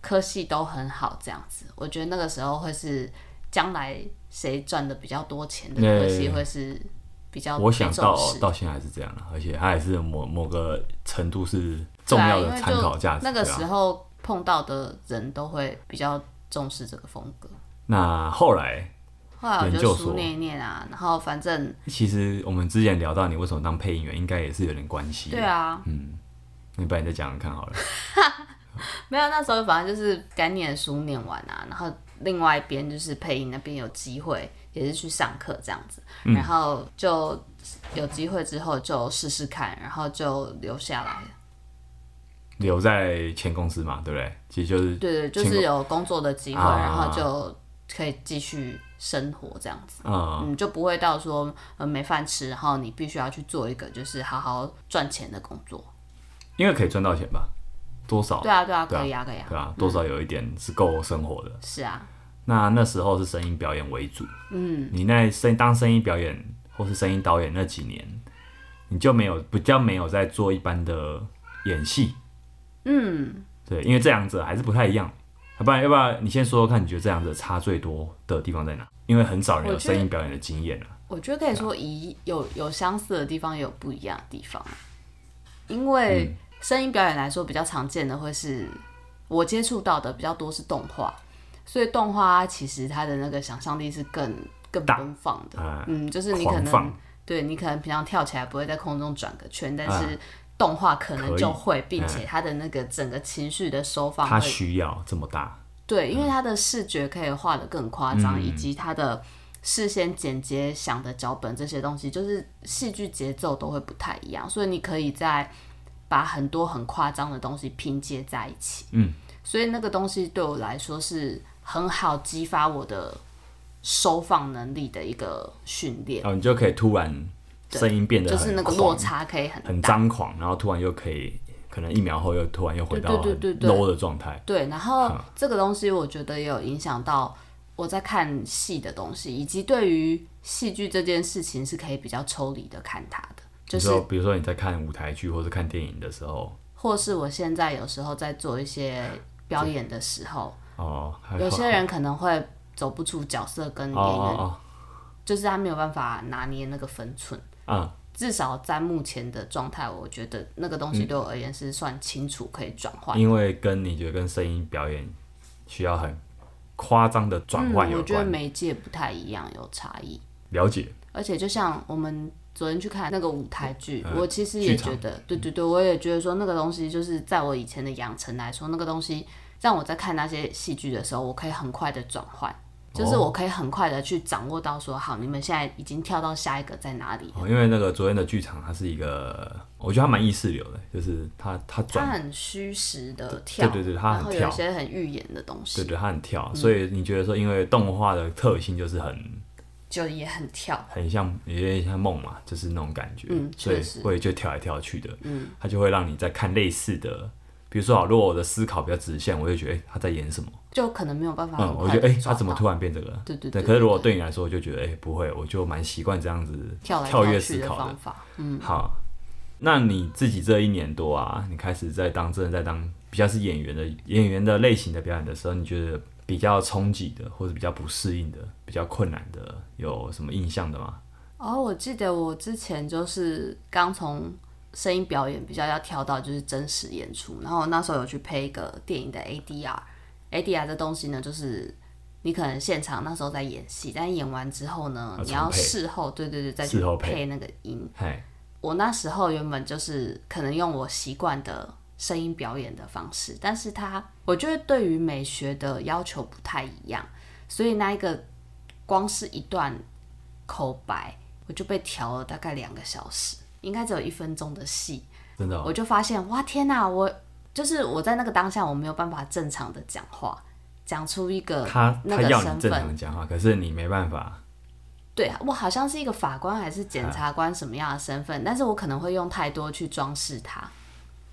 [SPEAKER 2] 科系都很好这样子。我觉得那个时候会是将来谁赚的比较多钱的科系
[SPEAKER 1] 对
[SPEAKER 2] 会是比较
[SPEAKER 1] 我想
[SPEAKER 2] 被
[SPEAKER 1] 到
[SPEAKER 2] 重视
[SPEAKER 1] 到现在还是这样了，而且它也是某某个程度是重
[SPEAKER 2] 对啊
[SPEAKER 1] 要
[SPEAKER 2] 因
[SPEAKER 1] 的
[SPEAKER 2] 为
[SPEAKER 1] 参
[SPEAKER 2] 就
[SPEAKER 1] 考价值，
[SPEAKER 2] 那个
[SPEAKER 1] 对啊
[SPEAKER 2] 时候碰到的人都会比较重视这个风格。
[SPEAKER 1] 那后来，
[SPEAKER 2] 后来我
[SPEAKER 1] 研究
[SPEAKER 2] 就
[SPEAKER 1] 所
[SPEAKER 2] 书念一念啊，然后反正
[SPEAKER 1] 其实我们之前聊到你为什么当配音员，应该也是有点关系。嗯
[SPEAKER 2] 对，啊，
[SPEAKER 1] 你把你再讲讲看好了。
[SPEAKER 2] 没有，那时候反正就是该念的书念完啊，然后另外一边就是配音那边有机会，也是去上课这样子，
[SPEAKER 1] 嗯
[SPEAKER 2] 然后就有机会之后就试试看，然后就留下来了。
[SPEAKER 1] 留在前公司嘛，对不对？其实就是
[SPEAKER 2] 对对，就
[SPEAKER 1] 请
[SPEAKER 2] 是有工作的机会，
[SPEAKER 1] 啊
[SPEAKER 2] 然后就可以继续生活这样子。
[SPEAKER 1] 啊、
[SPEAKER 2] 嗯，就不会到说呃没饭吃，然后你必须要去做一个就是好好赚钱的工作。
[SPEAKER 1] 因为可以赚到钱吧？多少？
[SPEAKER 2] 对啊，对啊，
[SPEAKER 1] 对啊
[SPEAKER 2] 可以啊，可以啊，
[SPEAKER 1] 对啊，多少有一点是够生活的。
[SPEAKER 2] 是啊，
[SPEAKER 1] 那那时候是声音表演为主，嗯，你那声当声音表演或是声音导演那几年，你就没有比较没有在做一般的演戏，嗯，对，因为这两者还是不太一样，要不然要不然你先说说看，你觉得这两者差最多的地方在哪？因为很少人有
[SPEAKER 2] 我觉得
[SPEAKER 1] 声音表演的经验啊，
[SPEAKER 2] 我觉得可以说一有有相似的地方，也有不一样的地方。因为
[SPEAKER 1] 嗯
[SPEAKER 2] 声音表演来说，比较常见的会是我接触到的比较多是动画，所以动画啊其实它的那个想象力是更更
[SPEAKER 1] 大
[SPEAKER 2] 奔放的。
[SPEAKER 1] 啊、
[SPEAKER 2] 嗯，就是你可
[SPEAKER 1] 狂
[SPEAKER 2] 能
[SPEAKER 1] 放
[SPEAKER 2] 对你可能平常跳起来不会在空中转个圈，但是动画可能
[SPEAKER 1] 啊可以哎
[SPEAKER 2] 就会，并且它的那个整个情绪的收放
[SPEAKER 1] 它
[SPEAKER 2] 会
[SPEAKER 1] 需要这么大，
[SPEAKER 2] 对，
[SPEAKER 1] 嗯
[SPEAKER 2] 因为它的视觉可以画得更夸张，以及它的事先剪接想的脚本这些东西，就是戏剧节奏都会不太一样，所以你可以在把很多很夸张的东西拼接在一起。
[SPEAKER 1] 嗯，
[SPEAKER 2] 所以那个东西对我来说是很好激发我的收放能力的一个训练，
[SPEAKER 1] 然后你就可以突然声音变得
[SPEAKER 2] 就是
[SPEAKER 1] 很
[SPEAKER 2] 那个
[SPEAKER 1] 狂
[SPEAKER 2] 落差可以很
[SPEAKER 1] 很
[SPEAKER 2] 大。
[SPEAKER 1] 张狂，然后突然又可以，可能一秒后又突然又回到
[SPEAKER 2] 对
[SPEAKER 1] 很
[SPEAKER 2] 对对对对
[SPEAKER 1] low 的状态。
[SPEAKER 2] 对，然后这个东西我觉得也有影响到我在看戏的东西，以及对于戏剧这件事情是可以比较抽离的看它的，就
[SPEAKER 1] 你
[SPEAKER 2] 是
[SPEAKER 1] 说，比如说你在看舞台剧或是看电影的时候，
[SPEAKER 2] 或是我现在有时候在做一些表演的时候，
[SPEAKER 1] 哦，还
[SPEAKER 2] 有些人可能会走不出角色跟
[SPEAKER 1] 哦
[SPEAKER 2] 演员，
[SPEAKER 1] 哦
[SPEAKER 2] 就是他没有办法拿捏那个分寸。
[SPEAKER 1] 哦，嗯，
[SPEAKER 2] 至少在目前的状态，我觉得那个东
[SPEAKER 1] 嗯
[SPEAKER 2] 西对我而言是算清楚可以转换。
[SPEAKER 1] 因为跟你觉得跟声音表演需要很夸张的转
[SPEAKER 2] 嗯，
[SPEAKER 1] 换有
[SPEAKER 2] 我觉得
[SPEAKER 1] 关，
[SPEAKER 2] 媒介不太一样，有差异。
[SPEAKER 1] 了解
[SPEAKER 2] 而且就像我们昨天去看那个舞台剧，
[SPEAKER 1] 呃
[SPEAKER 2] 我其实也觉
[SPEAKER 1] 嗯
[SPEAKER 2] 得，对对对，我也觉得说那个东西就是在我以前的养成来说，那个东西让我在看那些戏剧的时候，我可以很快的转换。
[SPEAKER 1] 哦
[SPEAKER 2] 就是我可以很快的去掌握到说，好，你们现在已经跳到下一个在哪里？
[SPEAKER 1] 哦，因为那个昨天的剧场，它是一个，我觉得它蛮意识流的，就是它它
[SPEAKER 2] 它
[SPEAKER 1] 转，
[SPEAKER 2] 很虚实的跳，
[SPEAKER 1] 对对对它很
[SPEAKER 2] 然后有
[SPEAKER 1] 跳
[SPEAKER 2] 一些很预言的东
[SPEAKER 1] 对
[SPEAKER 2] 西，
[SPEAKER 1] 对，它很跳，
[SPEAKER 2] 嗯
[SPEAKER 1] 所以你觉得说，因为动画的特性就是很
[SPEAKER 2] 就也很跳。
[SPEAKER 1] 很像，有点像梦嘛，就是那种感觉，
[SPEAKER 2] 嗯
[SPEAKER 1] 所以
[SPEAKER 2] 确实
[SPEAKER 1] 会就跳来跳去的，嗯，它就会让你在看类似的，比如
[SPEAKER 2] 嗯
[SPEAKER 1] 说啊，如果我的思考比较直线，我就觉得哎、他在演什么，
[SPEAKER 2] 就可能没有办法
[SPEAKER 1] 嗯，
[SPEAKER 2] 很
[SPEAKER 1] 我
[SPEAKER 2] 快
[SPEAKER 1] 觉
[SPEAKER 2] 地
[SPEAKER 1] 得哎、
[SPEAKER 2] 抓
[SPEAKER 1] 他怎么
[SPEAKER 2] 到
[SPEAKER 1] 突然变这个了？
[SPEAKER 2] 对对
[SPEAKER 1] 对，
[SPEAKER 2] 对
[SPEAKER 1] 可是如果对你来说，我就觉得哎、不会，我就蛮习惯这样子
[SPEAKER 2] 跳来
[SPEAKER 1] 跳跃
[SPEAKER 2] 去
[SPEAKER 1] 思
[SPEAKER 2] 的
[SPEAKER 1] 考
[SPEAKER 2] 方嗯
[SPEAKER 1] 的。
[SPEAKER 2] 法？
[SPEAKER 1] 好，那你自己这一年多啊，你开始在当真的在当比较是演员的演员的类型的表演的时候，你觉得比较冲击的，或者比较不适应的，比较困难的，有什么印象的吗？
[SPEAKER 2] 哦，我记得我之前就是刚从声音表演比较要跳到就是真实演出，然后我那时候有去配一个电影的 ADR，ADR 这东西呢，就是你可能现场那时候在演戏，但演完之后呢，
[SPEAKER 1] 要
[SPEAKER 2] 你
[SPEAKER 1] 重
[SPEAKER 2] 要
[SPEAKER 1] 配
[SPEAKER 2] 事后对对对再去
[SPEAKER 1] 事后配
[SPEAKER 2] 配那个音。
[SPEAKER 1] 嗨，
[SPEAKER 2] 我那时候原本就是可能用我习惯的声音表演的方式，但是它我觉得对于美学的要求不太一样，所以那一个光是一段口白，我就被调了大概两个小时，应该只有一分钟的戏，
[SPEAKER 1] 真的哦、
[SPEAKER 2] 我就发现哇天哪，我就是我在那个当下我没有办法正常的讲话，讲出一个
[SPEAKER 1] 他
[SPEAKER 2] 呃那
[SPEAKER 1] 他
[SPEAKER 2] 个
[SPEAKER 1] 要
[SPEAKER 2] 身
[SPEAKER 1] 你正
[SPEAKER 2] 份。
[SPEAKER 1] 常讲话，可是你没办法，
[SPEAKER 2] 对啊我好像是一个法官还是
[SPEAKER 1] 啊
[SPEAKER 2] 检察官什么样的身份，但是我可能会用太多去装饰它，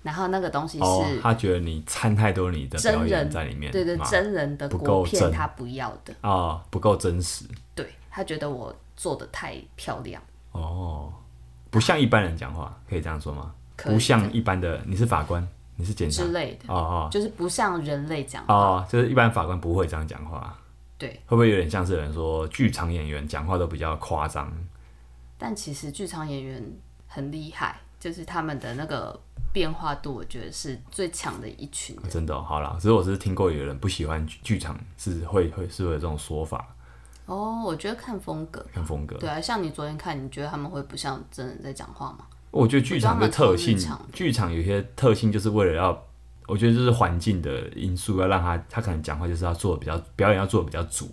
[SPEAKER 2] 然后那个东西
[SPEAKER 1] 哦，
[SPEAKER 2] 是
[SPEAKER 1] 他觉得你掺太多你的表
[SPEAKER 2] 真人
[SPEAKER 1] 演在里面，
[SPEAKER 2] 对对
[SPEAKER 1] 嘛
[SPEAKER 2] 真人的
[SPEAKER 1] 不
[SPEAKER 2] 国
[SPEAKER 1] 够
[SPEAKER 2] 片，
[SPEAKER 1] 真
[SPEAKER 2] 他不要的，
[SPEAKER 1] 哦，不够真实
[SPEAKER 2] 对他觉得我做的太漂亮，
[SPEAKER 1] 哦，不像一般人讲话，可以这样说吗？
[SPEAKER 2] 可以
[SPEAKER 1] 不像一般的，你是法官，你是检察
[SPEAKER 2] 之，类的，
[SPEAKER 1] 哦哦
[SPEAKER 2] 就是不像人类讲话，
[SPEAKER 1] 哦，就是一般法官不会这样讲话，
[SPEAKER 2] 对。
[SPEAKER 1] 会不会有点像是有人说剧场演员讲话都比较夸张？
[SPEAKER 2] 但其实剧场演员很厉害，就是他们的那个变化度，我觉得是最强的一群人。
[SPEAKER 1] 真的哦、好啦，只是我只是听过有人不喜欢剧剧场是会会是会有这种说法
[SPEAKER 2] 哦，我觉得看风格，
[SPEAKER 1] 跟风格。
[SPEAKER 2] 对啊，像你昨天看，你觉得他们会不像真人在讲话吗？
[SPEAKER 1] 我觉得剧场的特性
[SPEAKER 2] 我觉得他们超日常，
[SPEAKER 1] 剧场有些特性就是为了要，我觉得就是环境的因素，要让他他可能讲话就是要做的比较表演要做的比较足，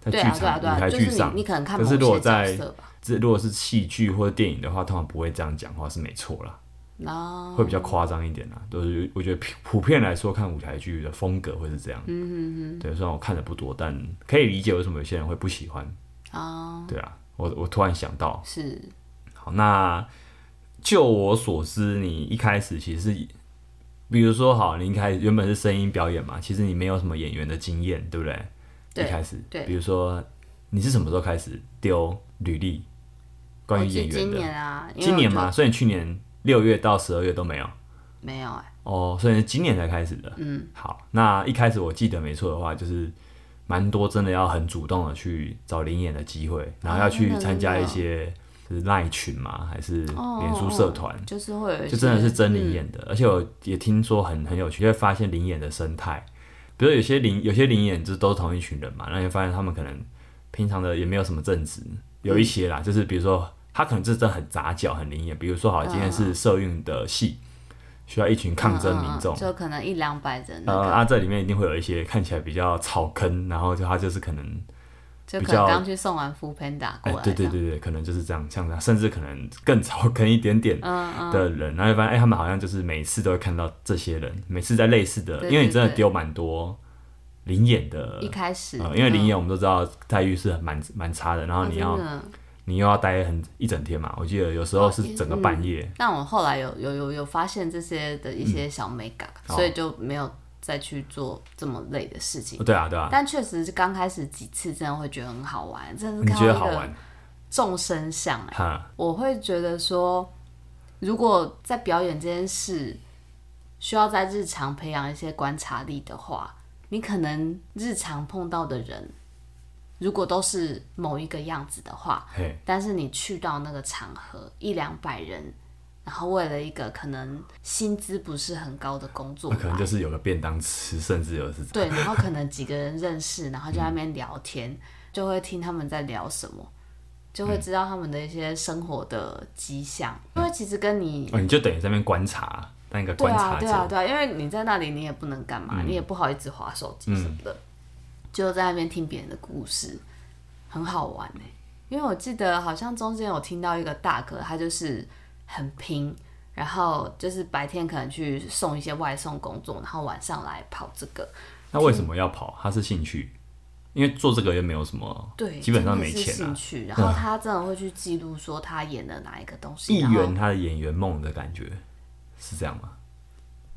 [SPEAKER 1] 在
[SPEAKER 2] 对
[SPEAKER 1] 剧
[SPEAKER 2] 啊，对啊，
[SPEAKER 1] 场、
[SPEAKER 2] 对啊，
[SPEAKER 1] 舞台
[SPEAKER 2] 就是
[SPEAKER 1] 剧
[SPEAKER 2] 你
[SPEAKER 1] 上，
[SPEAKER 2] 你可能看
[SPEAKER 1] 可
[SPEAKER 2] 某
[SPEAKER 1] 是
[SPEAKER 2] 些
[SPEAKER 1] 如果
[SPEAKER 2] 角
[SPEAKER 1] 在
[SPEAKER 2] 色吧，
[SPEAKER 1] 这如果是戏剧或者电影的话，通常不会这样讲话是没错啦。
[SPEAKER 2] 哦，
[SPEAKER 1] 会比较夸张一点啦。都是我觉得普普遍来说，看舞台剧的风格会是这样。嗯嗯嗯。对，虽然我看的不多，但可以理解为什么有些人会不喜欢。
[SPEAKER 2] 哦，
[SPEAKER 1] 对啊，我我突然想到，
[SPEAKER 2] 是，
[SPEAKER 1] 好，那就我所知，你一开始其实是，比如说好，你一开始原本是声音表演嘛，其实你没有什么演员的经验，对不对？
[SPEAKER 2] 对
[SPEAKER 1] 一开始，
[SPEAKER 2] 对
[SPEAKER 1] 比如说你是什么时候开始丢履历？关
[SPEAKER 2] 我
[SPEAKER 1] 于
[SPEAKER 2] 是
[SPEAKER 1] 演员的，
[SPEAKER 2] 今年啊，因为
[SPEAKER 1] 今年
[SPEAKER 2] 我就
[SPEAKER 1] 嘛，所以你去年六月到十二月都没有
[SPEAKER 2] 没有哎、
[SPEAKER 1] 哦，所以是今年才开始的。嗯，好，那一开始我记得没错的话，就是蛮多真的要很主动的去找灵演的机会，然后要去参加一些就是赖群嘛，还是脸书社团。
[SPEAKER 2] 哦就是会有一
[SPEAKER 1] 就真的是
[SPEAKER 2] 些嗯
[SPEAKER 1] 真灵演的，而且我也听说很很有趣，会发现灵演的生态，比如有些灵有些灵演就是都是同一群人嘛，那你会发现他们可能平常的也没有什么正职，有
[SPEAKER 2] 嗯
[SPEAKER 1] 一些啦，就是比如说他可能是真的很杂交很灵演，比如说好今
[SPEAKER 2] 啊
[SPEAKER 1] 天是社运的戏，需要一群抗争民众
[SPEAKER 2] 嗯嗯嗯，就可能一两百人那
[SPEAKER 1] 呃，
[SPEAKER 2] 个，
[SPEAKER 1] 啊这里面一定会有一些看起来比较草根，然后就他就是可能
[SPEAKER 2] 就
[SPEAKER 1] 比
[SPEAKER 2] 可能
[SPEAKER 1] 较
[SPEAKER 2] 刚去送完 f 喷打
[SPEAKER 1] 哎
[SPEAKER 2] 过来、
[SPEAKER 1] 对对，对对，可能就是这样，像这样，甚至可能更草根一点点
[SPEAKER 2] 嗯嗯，
[SPEAKER 1] 的人，然后就发现哎、他们好像就是每次都会看到这些人，每次在类似的，
[SPEAKER 2] 对
[SPEAKER 1] 因为你真的
[SPEAKER 2] 对对
[SPEAKER 1] 丢蛮多灵眼的
[SPEAKER 2] 一，开始，
[SPEAKER 1] 呃，因为灵
[SPEAKER 2] 嗯
[SPEAKER 1] 眼我们都知道待遇是很蛮蛮差的，然后
[SPEAKER 2] 哦
[SPEAKER 1] 你
[SPEAKER 2] 真
[SPEAKER 1] 要、
[SPEAKER 2] 的
[SPEAKER 1] 你又要待很一整天嘛，我记得有时候
[SPEAKER 2] 哦
[SPEAKER 1] 是
[SPEAKER 2] 也
[SPEAKER 1] 整个
[SPEAKER 2] 嗯
[SPEAKER 1] 半夜，
[SPEAKER 2] 但我后来有有有有发现这些的一些小美感、
[SPEAKER 1] 哦
[SPEAKER 2] 所以就没有再去做这么累的事情。
[SPEAKER 1] 哦对啊对啊，
[SPEAKER 2] 但确实是刚开始几次真的会觉得很好玩，真的
[SPEAKER 1] 你
[SPEAKER 2] 是
[SPEAKER 1] 觉
[SPEAKER 2] 看
[SPEAKER 1] 得
[SPEAKER 2] 到
[SPEAKER 1] 好
[SPEAKER 2] 一个
[SPEAKER 1] 玩
[SPEAKER 2] 众生相、哎，
[SPEAKER 1] 哈？
[SPEAKER 2] 我会觉得说，如果在表演这件事需要在日常培养一些观察力的话，你可能日常碰到的人，如果都是某一个样子的话，
[SPEAKER 1] 嘿，
[SPEAKER 2] 但是你去到那个场合，一两百人，然后为了一个可能薪资不是很高的工作
[SPEAKER 1] 那可能
[SPEAKER 2] 吧，
[SPEAKER 1] 就是有个便当吃，甚至有是
[SPEAKER 2] 对，然后可能几个人认识，然后就在那边聊天，
[SPEAKER 1] 嗯
[SPEAKER 2] 就会听他们在聊什么，就会知道他们的一些生活的迹象，因为其实跟你。
[SPEAKER 1] 哦，你就等于在那边观察，当一个
[SPEAKER 2] 对
[SPEAKER 1] 嗯观
[SPEAKER 2] 啊，
[SPEAKER 1] 察
[SPEAKER 2] 对
[SPEAKER 1] 者，嗯
[SPEAKER 2] 啊，对啊，因为你在那里，你也不能干嘛，你也不好意思划手机什么的，就在那边听别人的故事，很好玩哎、因为我记得好像中间有听到一个大哥，他就是很拼，然后就是白天可能去送一些外送工作，然后晚上来跑这个。
[SPEAKER 1] 那为什么要跑？他是兴趣，因为做这个又没有什么，
[SPEAKER 2] 对，
[SPEAKER 1] 基本上
[SPEAKER 2] 真的
[SPEAKER 1] 没
[SPEAKER 2] 是
[SPEAKER 1] 钱啊
[SPEAKER 2] 兴趣，然后他真的会去记录说他演了哪一个东西，
[SPEAKER 1] 一
[SPEAKER 2] 然后
[SPEAKER 1] 圆他的演员梦的感觉，是这样吗？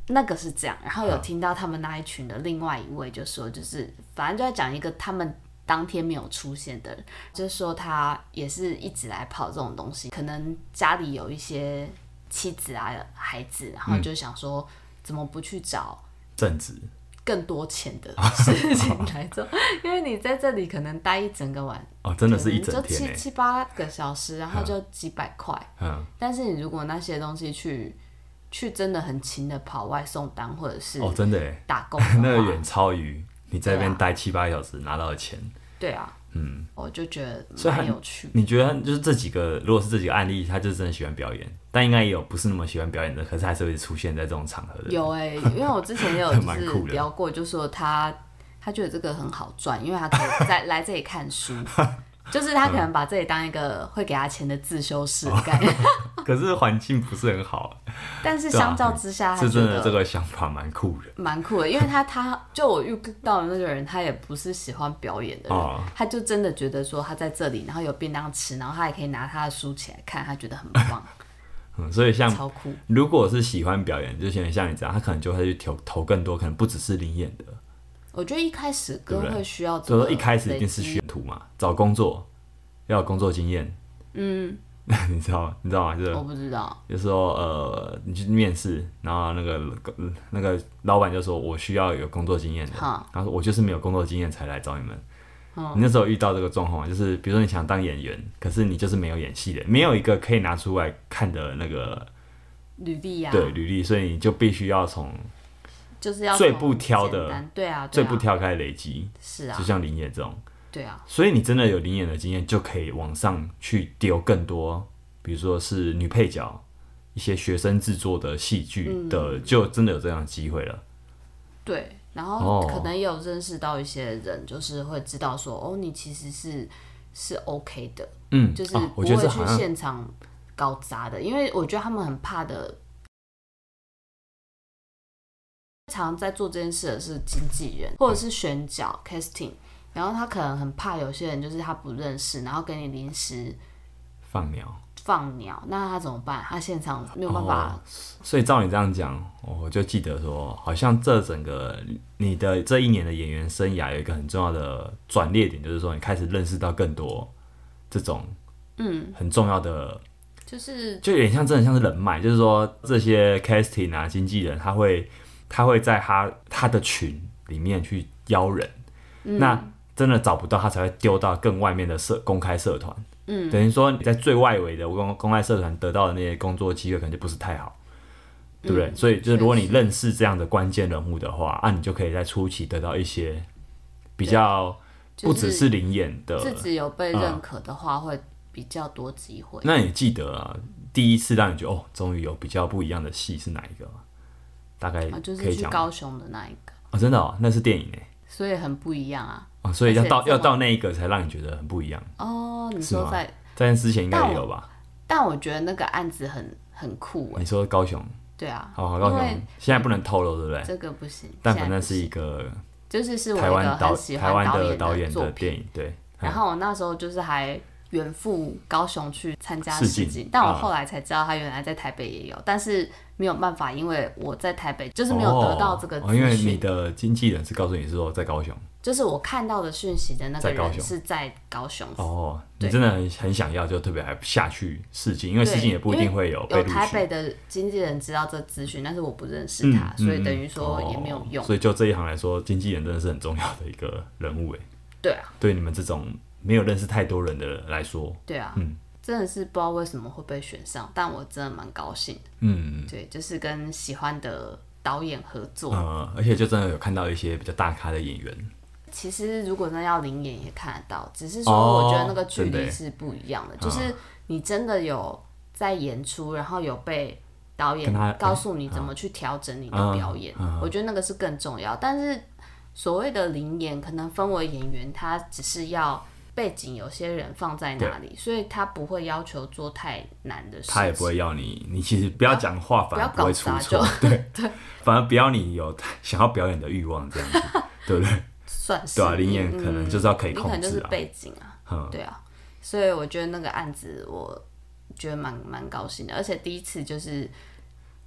[SPEAKER 2] 那个是这样，然后有听到他们那一群的另外一位就说，就是反正就在讲一个他们当天没有出现的人，就是说他也是一直来跑这种东西，可能家里有一些妻子啊孩子，然
[SPEAKER 1] 嗯
[SPEAKER 2] 后就想说怎么不去找
[SPEAKER 1] 正直，
[SPEAKER 2] 更多钱 的事情来做， 因为你在这里可能待一整个晚，
[SPEAKER 1] 哦，真的是一整
[SPEAKER 2] 可能就
[SPEAKER 1] 天
[SPEAKER 2] 七
[SPEAKER 1] 呢。
[SPEAKER 2] 七八个小时，然后就几百块，
[SPEAKER 1] 嗯，
[SPEAKER 2] 但是你如果那些东西去去真的很勤的跑外送单或者是。
[SPEAKER 1] 哦，真的耶，
[SPEAKER 2] 打工的话
[SPEAKER 1] 那个远超于你在那边
[SPEAKER 2] 对啊
[SPEAKER 1] 待七八小时拿到的钱。
[SPEAKER 2] 对啊，嗯，我就觉得
[SPEAKER 1] 所以还
[SPEAKER 2] 蛮有趣。
[SPEAKER 1] 你觉得就是这几个，如果是这几个案例，他就是真的喜欢表演，但应该也有不是那么喜欢表演的，可是还是会出现在这种场合的。
[SPEAKER 2] 有哎、因为我之前 也有就
[SPEAKER 1] 蛮
[SPEAKER 2] 是
[SPEAKER 1] 酷的
[SPEAKER 2] 聊过，就说他他觉得这个很好赚，因为他可以在来这里 看书，就是他可能把这里当一个会给他钱的自修室的概念。
[SPEAKER 1] 可是环境不是很好，
[SPEAKER 2] 但是
[SPEAKER 1] 嗯对啊
[SPEAKER 2] 相较之下，他
[SPEAKER 1] 是
[SPEAKER 2] 觉
[SPEAKER 1] 真的这
[SPEAKER 2] 得
[SPEAKER 1] 个想法蛮酷的。
[SPEAKER 2] 蛮酷的，因为他他就我遇到的那个人，他也不是喜欢表演的人，
[SPEAKER 1] 哦
[SPEAKER 2] 他就真的觉得说他在这里，然后有便当吃，然后他也可以拿他的书起来看，他觉得很棒，
[SPEAKER 1] 嗯，所以 像
[SPEAKER 2] 超酷。
[SPEAKER 1] 如果是喜欢表演，就像像你这样，他可能就会去投投更多，可能不只是灵演的。
[SPEAKER 2] 我觉得一开始
[SPEAKER 1] 对
[SPEAKER 2] 歌
[SPEAKER 1] 不对
[SPEAKER 2] 会需要这
[SPEAKER 1] 所以
[SPEAKER 2] 个累积，
[SPEAKER 1] 说一开始一定是
[SPEAKER 2] 嗯
[SPEAKER 1] 选图嘛，找工作要有工作经验。嗯， 你知道吗？你知道吗？就是
[SPEAKER 2] 我不知道，
[SPEAKER 1] 就说呃，你去面试，然后那个那个老板就说，我需要有工作经验的
[SPEAKER 2] 好，哦
[SPEAKER 1] 然后说我就是没有工作经验才来找你们。你那时候遇到这个状况吗，就是比如说你想当演员，可是你就是没有演戏的，没有一个可以拿出来看的那个
[SPEAKER 2] 履历呀、
[SPEAKER 1] 对履历，所以你就必须要从
[SPEAKER 2] 就是要
[SPEAKER 1] 最
[SPEAKER 2] 从
[SPEAKER 1] 不挑的
[SPEAKER 2] 简单，对啊，
[SPEAKER 1] 最
[SPEAKER 2] 对啊
[SPEAKER 1] 不挑开始累积，
[SPEAKER 2] 是啊
[SPEAKER 1] 就，像林演这种。
[SPEAKER 2] 对啊，
[SPEAKER 1] 所以你真的有灵演的经验，就可以往上去丢更多，比如说是女配角，一些学生制作的戏
[SPEAKER 2] 嗯
[SPEAKER 1] 剧的，就真的有这样的机会了。
[SPEAKER 2] 对。然
[SPEAKER 1] 哦
[SPEAKER 2] 后可能也有认识到一些人，就是会知道说，哦，你其实是是 OK 的，
[SPEAKER 1] 嗯，
[SPEAKER 2] 就是
[SPEAKER 1] 哦、我
[SPEAKER 2] 不会
[SPEAKER 1] 觉得这
[SPEAKER 2] 去
[SPEAKER 1] 好像
[SPEAKER 2] 现场搞砸的，因为我觉得他们很怕的常在做这件事的是经纪人或者是选角 casting，然后他可能很怕有些人就是他不认识，然后给你临时
[SPEAKER 1] 放鸟。
[SPEAKER 2] 放鸟，那他怎么办？他现场没有办
[SPEAKER 1] 哦
[SPEAKER 2] 法，
[SPEAKER 1] 所以照你这样讲，我就记得说，好像这整个你的这一年的演员生涯有一个很重要的转捩点，就是说你开始认识到更多这种嗯很重要的，
[SPEAKER 2] 就是
[SPEAKER 1] 就有点像真的像是人脉，就是说这些 casting 啊经纪人他会他会在他他的群里面去邀人，
[SPEAKER 2] 嗯
[SPEAKER 1] 那真的找不到他才会丢到更外面的社公开社团。嗯，等于说你在最外围的公公开社团得到的那些工作机会，可能就不是太好，
[SPEAKER 2] 嗯
[SPEAKER 1] 对不对？所以就是如果你认识这样的关键人物的话，啊，你就可以在初期得到一些比较
[SPEAKER 2] 就
[SPEAKER 1] 不只是灵眼的。
[SPEAKER 2] 自己有被认可的话，会比较多机会。
[SPEAKER 1] 那你记得啊，第一次让你觉得哦，终于有比较不一样的戏是哪一个吗？大概
[SPEAKER 2] 啊，就
[SPEAKER 1] 可
[SPEAKER 2] 是
[SPEAKER 1] 以
[SPEAKER 2] 去
[SPEAKER 1] 讲吗
[SPEAKER 2] 高雄的那一个，
[SPEAKER 1] 哦，真的哦，那是电影诶，
[SPEAKER 2] 所以很不一样啊。
[SPEAKER 1] 哦，所以要
[SPEAKER 2] 而
[SPEAKER 1] 到
[SPEAKER 2] 且这么
[SPEAKER 1] 要到那一个才让你觉得很不一样。
[SPEAKER 2] 哦，你
[SPEAKER 1] 是
[SPEAKER 2] 说
[SPEAKER 1] 吗
[SPEAKER 2] 在，
[SPEAKER 1] 在那之前应该
[SPEAKER 2] 但
[SPEAKER 1] 也
[SPEAKER 2] 我
[SPEAKER 1] 有吧？
[SPEAKER 2] 但我觉得那个案子很很酷哎、
[SPEAKER 1] 你说高雄，
[SPEAKER 2] 对啊，
[SPEAKER 1] 好好高
[SPEAKER 2] 因
[SPEAKER 1] 雄
[SPEAKER 2] 为，
[SPEAKER 1] 现在不能透露，对不对？
[SPEAKER 2] 这个不行，
[SPEAKER 1] 但
[SPEAKER 2] 现在
[SPEAKER 1] 反正
[SPEAKER 2] 不
[SPEAKER 1] 是一
[SPEAKER 2] 行
[SPEAKER 1] 个
[SPEAKER 2] 就是是我
[SPEAKER 1] 台
[SPEAKER 2] 一个
[SPEAKER 1] 湾导
[SPEAKER 2] 很喜
[SPEAKER 1] 台
[SPEAKER 2] 欢
[SPEAKER 1] 湾的
[SPEAKER 2] 导
[SPEAKER 1] 导演
[SPEAKER 2] 作
[SPEAKER 1] 的
[SPEAKER 2] 品，
[SPEAKER 1] 电影，嗯对，
[SPEAKER 2] 然后我那时候就是还。远赴高雄去参加
[SPEAKER 1] 试
[SPEAKER 2] 试
[SPEAKER 1] 镜
[SPEAKER 2] 镜，但我
[SPEAKER 1] 啊
[SPEAKER 2] 后来才知道他原来在台北也有，但是没有办法，因为我在台北就是没有
[SPEAKER 1] 哦
[SPEAKER 2] 得到这个
[SPEAKER 1] 哦
[SPEAKER 2] 资
[SPEAKER 1] 因为
[SPEAKER 2] 讯
[SPEAKER 1] 你，的经纪人是告诉你是说在高雄
[SPEAKER 2] 就是我看到的讯息的那个
[SPEAKER 1] 在高
[SPEAKER 2] 人
[SPEAKER 1] 雄
[SPEAKER 2] 是在高雄，
[SPEAKER 1] 哦，
[SPEAKER 2] 对
[SPEAKER 1] 你真的很很想要，就特别还下去试镜，因为试镜也不一定会有被
[SPEAKER 2] 有
[SPEAKER 1] 录
[SPEAKER 2] 台
[SPEAKER 1] 取，啊
[SPEAKER 2] 北的经纪人知道这资讯，但是我不认识
[SPEAKER 1] 嗯
[SPEAKER 2] 他，所以等于说也没有用
[SPEAKER 1] 哦。所以就这一行来说，经纪人真的是很重要的一个人物，哎，
[SPEAKER 2] 对啊，
[SPEAKER 1] 对你们这种没有认识太多人的人来说，
[SPEAKER 2] 对啊，
[SPEAKER 1] 嗯
[SPEAKER 2] 真的是不知道为什么会被选上，但我真的蛮高兴的。
[SPEAKER 1] 嗯
[SPEAKER 2] 对，就是跟喜欢的导演合作。
[SPEAKER 1] 呃，而且就真的有看到一些比较大咖的演员，
[SPEAKER 2] 其实如果真的要灵眼也看得到，只是说
[SPEAKER 1] 哦
[SPEAKER 2] 我觉得那个距
[SPEAKER 1] 真的
[SPEAKER 2] 离
[SPEAKER 1] 耶
[SPEAKER 2] 是不一样的，就是你真的有在演出，然后有被导演
[SPEAKER 1] 跟嗯他
[SPEAKER 2] 告诉你怎么去调整你的表演，我觉得那个是更重要。但是所谓的灵演，可能分为演员，他只是要。背景有些人放在哪里，所以他不会要求做太难的事情。
[SPEAKER 1] 他也不会要你，你其实不要讲话，反而
[SPEAKER 2] 不
[SPEAKER 1] 不
[SPEAKER 2] 要
[SPEAKER 1] 会
[SPEAKER 2] 搞
[SPEAKER 1] 出
[SPEAKER 2] 砸
[SPEAKER 1] 错，对 反而不要你有想要表演的欲望，这 样子，对不对？
[SPEAKER 2] 算是
[SPEAKER 1] 对啊，灵眼可能就是要可以
[SPEAKER 2] 你
[SPEAKER 1] 控
[SPEAKER 2] 可能就
[SPEAKER 1] 制
[SPEAKER 2] 是
[SPEAKER 1] 啊，
[SPEAKER 2] 背景啊，
[SPEAKER 1] 嗯
[SPEAKER 2] 对啊，所以我觉得那个案子我觉得蛮蛮高兴的，而且第一次就是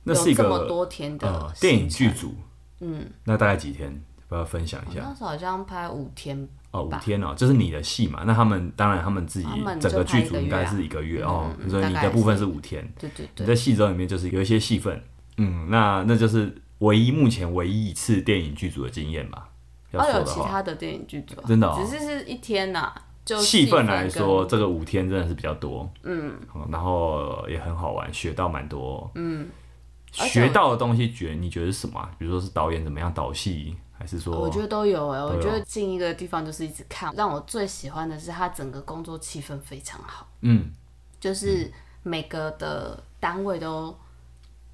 [SPEAKER 1] 那是一
[SPEAKER 2] 有这么
[SPEAKER 1] 个
[SPEAKER 2] 多天的、
[SPEAKER 1] 呃电影剧，组，嗯，那大概几天？要不要分享一下
[SPEAKER 2] 哦那时候好像拍五天，
[SPEAKER 1] 哦，五天哦，就是你的戏嘛。那他们当然，他们自己
[SPEAKER 2] 他们就
[SPEAKER 1] 整个剧组
[SPEAKER 2] 拍一个
[SPEAKER 1] 应
[SPEAKER 2] 月啊
[SPEAKER 1] 该是一个月哦
[SPEAKER 2] 嗯，嗯
[SPEAKER 1] 所以你
[SPEAKER 2] 大
[SPEAKER 1] 的
[SPEAKER 2] 概
[SPEAKER 1] 部分是五天。
[SPEAKER 2] 对对
[SPEAKER 1] 你
[SPEAKER 2] 对，
[SPEAKER 1] 在戏中里面就是有一些戏份，嗯，那那就是唯一目前唯一一次电影剧组的经验吧。要
[SPEAKER 2] 哦
[SPEAKER 1] 说
[SPEAKER 2] 有
[SPEAKER 1] 的
[SPEAKER 2] 其
[SPEAKER 1] 话，
[SPEAKER 2] 他的电影剧组啊、
[SPEAKER 1] 真的哦
[SPEAKER 2] 只是是一天呐、就
[SPEAKER 1] 戏份
[SPEAKER 2] 份
[SPEAKER 1] 来
[SPEAKER 2] 跟
[SPEAKER 1] 说，，这个五天真的是比较多，嗯，然后也很好玩，学到蛮多，嗯，
[SPEAKER 2] 而且我
[SPEAKER 1] 学到的东西，觉得你觉得是什么、啊？比如说是导演怎么样导戏，还是说
[SPEAKER 2] 我觉得都有哎、我
[SPEAKER 1] 都有
[SPEAKER 2] 觉得进一个地方就是一直看，让我最喜欢的是他整个工作气氛非常好。
[SPEAKER 1] 嗯，
[SPEAKER 2] 就是每个的单位都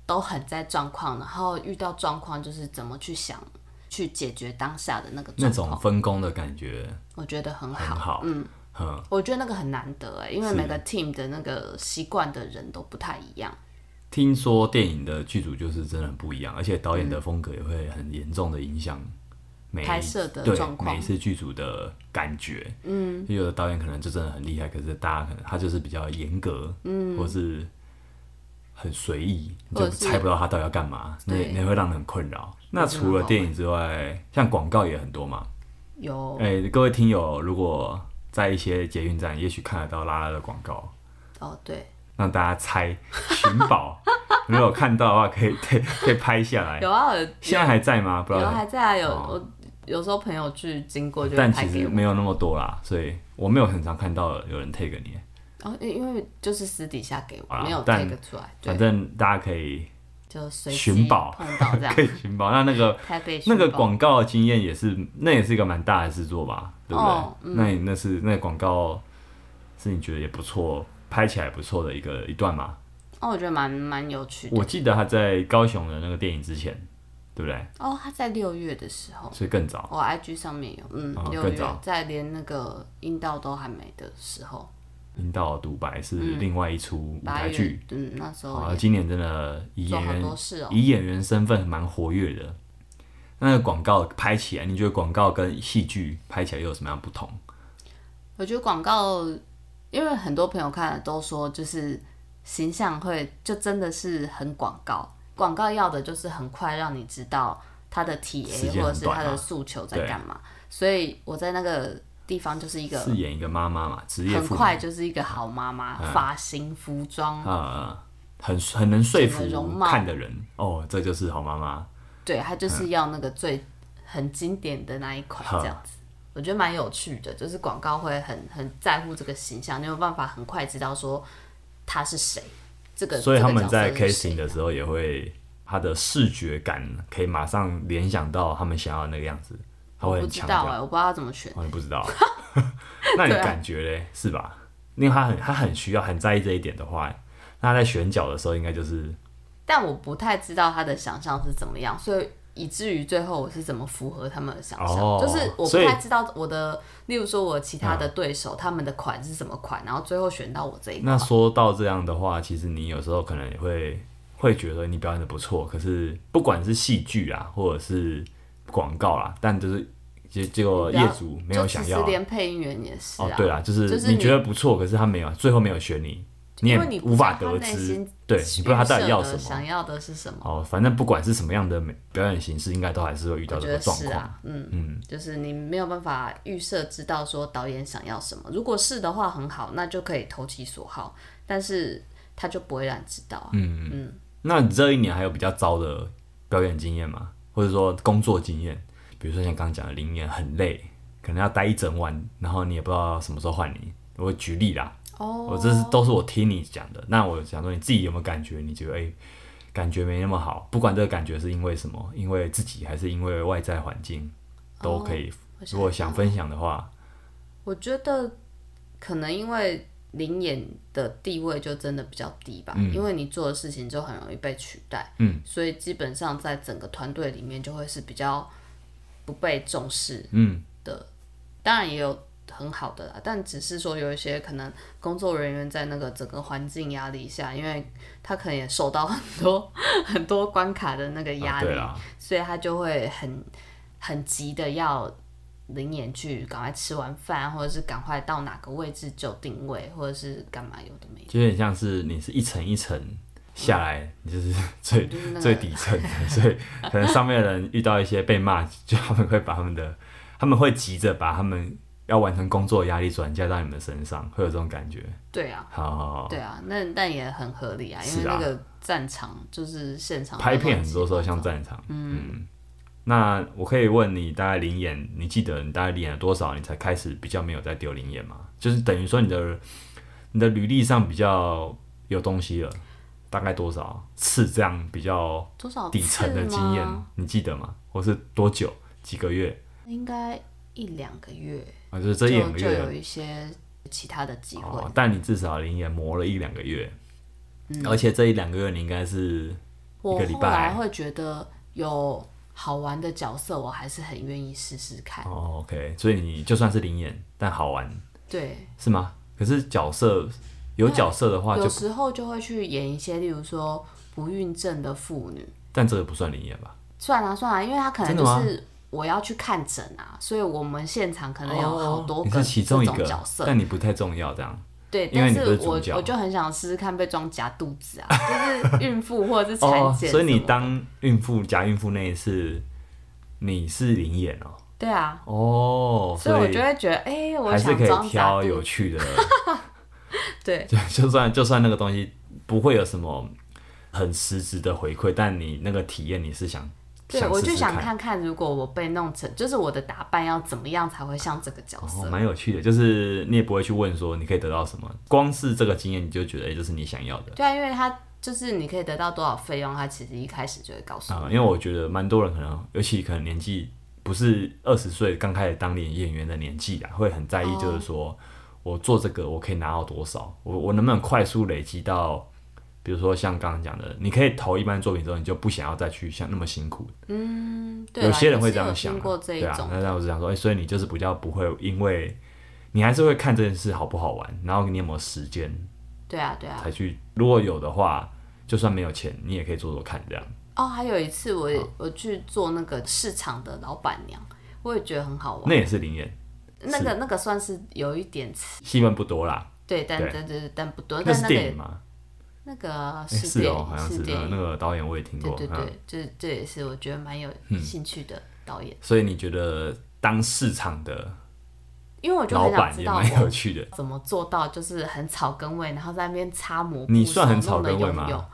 [SPEAKER 2] 都很在状况，然后遇到状况就是怎么去想去解决当下的那个
[SPEAKER 1] 那
[SPEAKER 2] 状
[SPEAKER 1] 种
[SPEAKER 2] 况，
[SPEAKER 1] 分工的感觉
[SPEAKER 2] 我觉得很好。
[SPEAKER 1] 很好，嗯嗯，
[SPEAKER 2] 我觉得那个很难得哎、因为每个 team 的那个习惯的人都不太一样。
[SPEAKER 1] 听说电影的剧组就是真的很不一样，而且导演的风格也会很严重的影响每一
[SPEAKER 2] 嗯拍摄的
[SPEAKER 1] 对
[SPEAKER 2] 状况
[SPEAKER 1] 每一次剧组的感觉。嗯，有的导演可能就真的很厉害，可是大家可能他就是比较严格，嗯，或是很随意，你
[SPEAKER 2] 或
[SPEAKER 1] 就
[SPEAKER 2] 者是
[SPEAKER 1] 猜不到他到底要干嘛，那
[SPEAKER 2] 对
[SPEAKER 1] 那会让人很困扰。那除了电影之外，像广告也很多嘛。
[SPEAKER 2] 有
[SPEAKER 1] 哎、各位听友，如果在一些捷运站，也许看得到拉拉的广告，
[SPEAKER 2] 哦，对，
[SPEAKER 1] 让大家猜寻宝。 如果有看到的话，可以可以可以拍下来。
[SPEAKER 2] 有啊，有
[SPEAKER 1] 现在还在吗？哎不知
[SPEAKER 2] 有啊
[SPEAKER 1] 道。
[SPEAKER 2] 还在啊，有
[SPEAKER 1] 哦
[SPEAKER 2] 我有时候朋友去经过就会
[SPEAKER 1] 但
[SPEAKER 2] 拍
[SPEAKER 1] 其
[SPEAKER 2] 给
[SPEAKER 1] 实
[SPEAKER 2] 我。
[SPEAKER 1] 没有那么多啦，所以我没有很常看到有人 take 你。
[SPEAKER 2] 哦，因因为就是私底下给我，
[SPEAKER 1] 好啦
[SPEAKER 2] 没有
[SPEAKER 1] 但
[SPEAKER 2] take 出来，
[SPEAKER 1] 反
[SPEAKER 2] 对，
[SPEAKER 1] 正大家可以
[SPEAKER 2] 就随
[SPEAKER 1] 寻
[SPEAKER 2] 机
[SPEAKER 1] 宝
[SPEAKER 2] 碰到这 样
[SPEAKER 1] 可。以寻宝。那那个
[SPEAKER 2] 台北
[SPEAKER 1] 那个
[SPEAKER 2] 寻宝
[SPEAKER 1] 广告的经验也是，那也是一个蛮大的制作吧，对不对？
[SPEAKER 2] 哦
[SPEAKER 1] 那你那是那广告是你觉得也不错，拍起来不错的一个一段嘛？
[SPEAKER 2] 哦，我觉得蛮蛮有趣的。
[SPEAKER 1] 我记得他在高雄的那个电影之前，对不对？
[SPEAKER 2] 哦，他在六月的时候，
[SPEAKER 1] 所以更早。
[SPEAKER 2] 我 IG 上面有，嗯
[SPEAKER 1] 哦，
[SPEAKER 2] 六、
[SPEAKER 1] 更早
[SPEAKER 2] 月在连那个阴道都还没的时候，
[SPEAKER 1] 引导独白是
[SPEAKER 2] 嗯
[SPEAKER 1] 另外一出舞
[SPEAKER 2] 八
[SPEAKER 1] 台
[SPEAKER 2] 月
[SPEAKER 1] 剧，，
[SPEAKER 2] 嗯，那时候
[SPEAKER 1] 啊，
[SPEAKER 2] 也
[SPEAKER 1] 今年真的以
[SPEAKER 2] 做
[SPEAKER 1] 演
[SPEAKER 2] 好
[SPEAKER 1] 员
[SPEAKER 2] 多事哦、
[SPEAKER 1] 以演员身份蛮活跃的，那个广告拍起来，你觉得广告跟戏剧拍起来又有什么样不同？
[SPEAKER 2] 我觉得广告，因为很多朋友看了都说，就是形象会就真的是很广告，广告要的就是很快让你知道他的
[SPEAKER 1] 时
[SPEAKER 2] TA
[SPEAKER 1] 间很
[SPEAKER 2] 或者是
[SPEAKER 1] 短
[SPEAKER 2] 他
[SPEAKER 1] 啊
[SPEAKER 2] 的诉求在干嘛，所以我在那个地方就是一个
[SPEAKER 1] 饰演一个妈妈嘛，职业
[SPEAKER 2] 很
[SPEAKER 1] 妇女嗯
[SPEAKER 2] 快就是一个好妈妈，发型、服装，
[SPEAKER 1] 啊、很很能说服
[SPEAKER 2] 整个容貌
[SPEAKER 1] 看的人哦，这就是好妈妈。
[SPEAKER 2] 对，他就是要那个最很经典的那一款
[SPEAKER 1] 嗯
[SPEAKER 2] 这样子。我觉得蛮有趣的，就是广告会很很在乎这个形象，你有办法很快知道说他是谁，这个
[SPEAKER 1] 所以他们在
[SPEAKER 2] 这个角色是谁
[SPEAKER 1] casting 的时候也会，他的视觉感可以马上联想到他们想要的那个样子，他
[SPEAKER 2] 我
[SPEAKER 1] 会
[SPEAKER 2] 不
[SPEAKER 1] 很
[SPEAKER 2] 知
[SPEAKER 1] 强
[SPEAKER 2] 道哎、
[SPEAKER 1] 调。
[SPEAKER 2] 我不知道他怎么选。
[SPEAKER 1] 哦，你不知 道？那
[SPEAKER 2] 啊
[SPEAKER 1] 你感觉嘞，是吧？因为他很他很需要很在意这一点的话，那他在选角的时候应该就是
[SPEAKER 2] 但欸我不太知道他的想象是怎么样，所以以至于最后我是怎么符合他们的想象，
[SPEAKER 1] 哦
[SPEAKER 2] 就是我不
[SPEAKER 1] 所以
[SPEAKER 2] 太知道我的，例如说我其他的对手、他们的款是什么款，然后最后选到我这一款。
[SPEAKER 1] 那说到这样的话，其实你有时候可能也会会觉得你表演的不错，可是不管是戏剧啊，或者是广告啦，但就是结结果业主没有想要
[SPEAKER 2] 就其实
[SPEAKER 1] 啊、
[SPEAKER 2] 连配音员也是啊，
[SPEAKER 1] 哦，对啦，就是
[SPEAKER 2] 就是
[SPEAKER 1] 你
[SPEAKER 2] 你
[SPEAKER 1] 觉得不错，可是他没有，最后没有选你，你
[SPEAKER 2] 因
[SPEAKER 1] 也
[SPEAKER 2] 为你不
[SPEAKER 1] 无法
[SPEAKER 2] 知道他
[SPEAKER 1] 得
[SPEAKER 2] 内
[SPEAKER 1] 知
[SPEAKER 2] 心，
[SPEAKER 1] 对，你不知道他到底要
[SPEAKER 2] 预设
[SPEAKER 1] 什
[SPEAKER 2] 的
[SPEAKER 1] 么
[SPEAKER 2] 想。要的是什么。
[SPEAKER 1] 哦，反正不管是什么样的美表演形式，应该都还是会遇到
[SPEAKER 2] 我
[SPEAKER 1] 这
[SPEAKER 2] 觉
[SPEAKER 1] 个
[SPEAKER 2] 得
[SPEAKER 1] 状
[SPEAKER 2] 是
[SPEAKER 1] 况。
[SPEAKER 2] 啊，嗯嗯，就是你没有办法预设知道说导演想要什么。如果是的话，很好，那就可以投其所好，但是他就不会让你知道啊。
[SPEAKER 1] 嗯那你这一年还有比较糟的表演经验吗？或者说工作经验？比如说像刚刚讲的，零年很累，可能要待一整晚，然后你也不知道什么时候换你。我举例啦，
[SPEAKER 2] 哦，
[SPEAKER 1] 我这是都是我听你讲的。那我想说，你自己有没有感觉？你觉得哎、感觉没那么好？不管这个感觉是因为什么，因为自己还是因为外在环境，都可以。
[SPEAKER 2] 哦我想
[SPEAKER 1] 如果想分享的话，
[SPEAKER 2] 我觉得可能因为灵眼的地位就真的比较低吧，因为你做的事情就很容易被取代，
[SPEAKER 1] 嗯，
[SPEAKER 2] 所以基本上在整个团队里面就会是比较不被重视
[SPEAKER 1] 嗯，
[SPEAKER 2] 的，当然也有很好的啦，但只是说有一些可能工作人员在那个整个环境压力下，因为他可能也受到很多 很多关卡的那个
[SPEAKER 1] 啊
[SPEAKER 2] 压力，
[SPEAKER 1] 对啦，
[SPEAKER 2] 所以他就会很很急的要零眼去赶快吃完饭，或者是赶快到哪个位置就定位，或者是干嘛有的没
[SPEAKER 1] 就有点像是你是一层一层下来，你就是最
[SPEAKER 2] 的，就是那
[SPEAKER 1] 最
[SPEAKER 2] 个
[SPEAKER 1] 底层的，所以可能上面的人遇到一些被骂，就他们会把他们的，他们会急着把他们要完成工作的压力转嫁到你们身上，会有这种感觉。
[SPEAKER 2] 对啊。
[SPEAKER 1] 好好好，
[SPEAKER 2] 对啊，那但也很合理啊，因为
[SPEAKER 1] 哦是啊
[SPEAKER 2] 那个战场就是现场
[SPEAKER 1] 拍片很多时候像战场，嗯。那我可以问你，大概零演，你记得你大概零演了多少，你才开始比较没有在丢零演吗？就是等于说你的你的履历上比较有东西了，大概多少次这样比较
[SPEAKER 2] 多少
[SPEAKER 1] 底层的
[SPEAKER 2] 次
[SPEAKER 1] 经验
[SPEAKER 2] 吗，
[SPEAKER 1] 你记得吗？或是多久？几个月？
[SPEAKER 2] 应该一两个月，
[SPEAKER 1] 啊，就是这
[SPEAKER 2] 就
[SPEAKER 1] 一两个
[SPEAKER 2] 就有
[SPEAKER 1] 月
[SPEAKER 2] 一些其他的机会。嗯
[SPEAKER 1] 哦，但你至少你也磨了一两个月，而且这一两个月你应该是
[SPEAKER 2] 我
[SPEAKER 1] 一个礼
[SPEAKER 2] 后
[SPEAKER 1] 拜
[SPEAKER 2] 来会觉得有好玩的角色，我还是很愿意试试看。
[SPEAKER 1] 哦，OK，所以你就算是零演，但好玩
[SPEAKER 2] 对，
[SPEAKER 1] 是吗？可是角色有角色的话就
[SPEAKER 2] 有
[SPEAKER 1] 不，
[SPEAKER 2] 时候就会去演一些，例如说不孕症的妇女，
[SPEAKER 1] 但这个不算零演吧？
[SPEAKER 2] 算啊算啊，因为她可能
[SPEAKER 1] 真的
[SPEAKER 2] 就
[SPEAKER 1] 吗
[SPEAKER 2] 是我要去看诊啊，所以我们现场可能有好多
[SPEAKER 1] 哦你
[SPEAKER 2] 个
[SPEAKER 1] 是其中一
[SPEAKER 2] 这
[SPEAKER 1] 个
[SPEAKER 2] 种角，色。
[SPEAKER 1] 但你不太重要这样。
[SPEAKER 2] 对，
[SPEAKER 1] 因为
[SPEAKER 2] 但
[SPEAKER 1] 你不是主
[SPEAKER 2] 我
[SPEAKER 1] 角
[SPEAKER 2] 我就很想试试看被装夹肚子啊，就是孕妇或者是产
[SPEAKER 1] 哦，
[SPEAKER 2] 检什么的、
[SPEAKER 1] 所以你当孕妇假孕妇那一次，你是零演哦。
[SPEAKER 2] 对啊，
[SPEAKER 1] 哦，
[SPEAKER 2] 所以我就会觉得，哎、我
[SPEAKER 1] 还是
[SPEAKER 2] 想
[SPEAKER 1] 可
[SPEAKER 2] 装
[SPEAKER 1] 以
[SPEAKER 2] 夹
[SPEAKER 1] 挑
[SPEAKER 2] 肚
[SPEAKER 1] 有
[SPEAKER 2] 子，
[SPEAKER 1] 趣的。
[SPEAKER 2] 对
[SPEAKER 1] 就 就算就算那个东西不会有什么很实质的回馈，但你那个体验你是想，
[SPEAKER 2] 对，我
[SPEAKER 1] 试
[SPEAKER 2] 就
[SPEAKER 1] 试
[SPEAKER 2] 想看看如果我被弄成，就是我的打扮要怎么样才会像这个角色
[SPEAKER 1] 哦，。蛮有趣的，就是你也不会去问说你可以得到什么，光是这个经验你就觉得哎、这是你想要的
[SPEAKER 2] 对啊，因为他就是你可以得到多少费用，他其实一开始就会告诉你。
[SPEAKER 1] 啊、因为我觉得蛮多人可能，尤其可能年纪不是二十岁刚开始当演演员的年纪啊，会很在意，就是说、
[SPEAKER 2] 哦
[SPEAKER 1] 我做这个我可以拿到多少，我我能不能快速累积到。比如说像刚刚讲的，你可以投一般作品之后，你就不想要再去像那么辛苦，
[SPEAKER 2] 嗯，对啦，
[SPEAKER 1] 有些人
[SPEAKER 2] 也
[SPEAKER 1] 会
[SPEAKER 2] 是
[SPEAKER 1] 这样
[SPEAKER 2] 有
[SPEAKER 1] 想、
[SPEAKER 2] 听过这一
[SPEAKER 1] 对啊
[SPEAKER 2] 种，，
[SPEAKER 1] 那那我就想说，哎、所以你就是比较不会，因为你还是会看这件事好不好玩，然后你有没有时间
[SPEAKER 2] 对啊，对啊，
[SPEAKER 1] 才去，如果有的话，就算没有钱，你也可以做做看这样。
[SPEAKER 2] 哦，还有一次我我去做那个市场的老板娘，我也觉得很好玩。
[SPEAKER 1] 那也是灵眼，
[SPEAKER 2] 那个那个算是有一点刺，
[SPEAKER 1] 戏份不多啦。
[SPEAKER 2] 对，但
[SPEAKER 1] 对
[SPEAKER 2] 但但但不多，
[SPEAKER 1] 那
[SPEAKER 2] 但
[SPEAKER 1] 是
[SPEAKER 2] 那
[SPEAKER 1] 电
[SPEAKER 2] 个
[SPEAKER 1] 影吗？
[SPEAKER 2] 那个
[SPEAKER 1] 诶
[SPEAKER 2] 是电
[SPEAKER 1] 哦，好
[SPEAKER 2] 影，
[SPEAKER 1] 像
[SPEAKER 2] 是
[SPEAKER 1] 是
[SPEAKER 2] 电
[SPEAKER 1] 呃
[SPEAKER 2] 影，
[SPEAKER 1] 那个导演我也听
[SPEAKER 2] 对
[SPEAKER 1] 过。
[SPEAKER 2] 对
[SPEAKER 1] 嗯
[SPEAKER 2] 对，这这也是我觉得蛮有兴趣的导演，
[SPEAKER 1] 所以你觉得当市场的
[SPEAKER 2] 因为我就
[SPEAKER 1] 老
[SPEAKER 2] 很想
[SPEAKER 1] 板
[SPEAKER 2] 知
[SPEAKER 1] 也
[SPEAKER 2] 道
[SPEAKER 1] 蛮有
[SPEAKER 2] 我
[SPEAKER 1] 趣的，
[SPEAKER 2] 怎么做到，就是很草根味，然后在那边擦抹布，
[SPEAKER 1] 你算很
[SPEAKER 2] 手弄得
[SPEAKER 1] 草根味
[SPEAKER 2] 油
[SPEAKER 1] 吗
[SPEAKER 2] 油？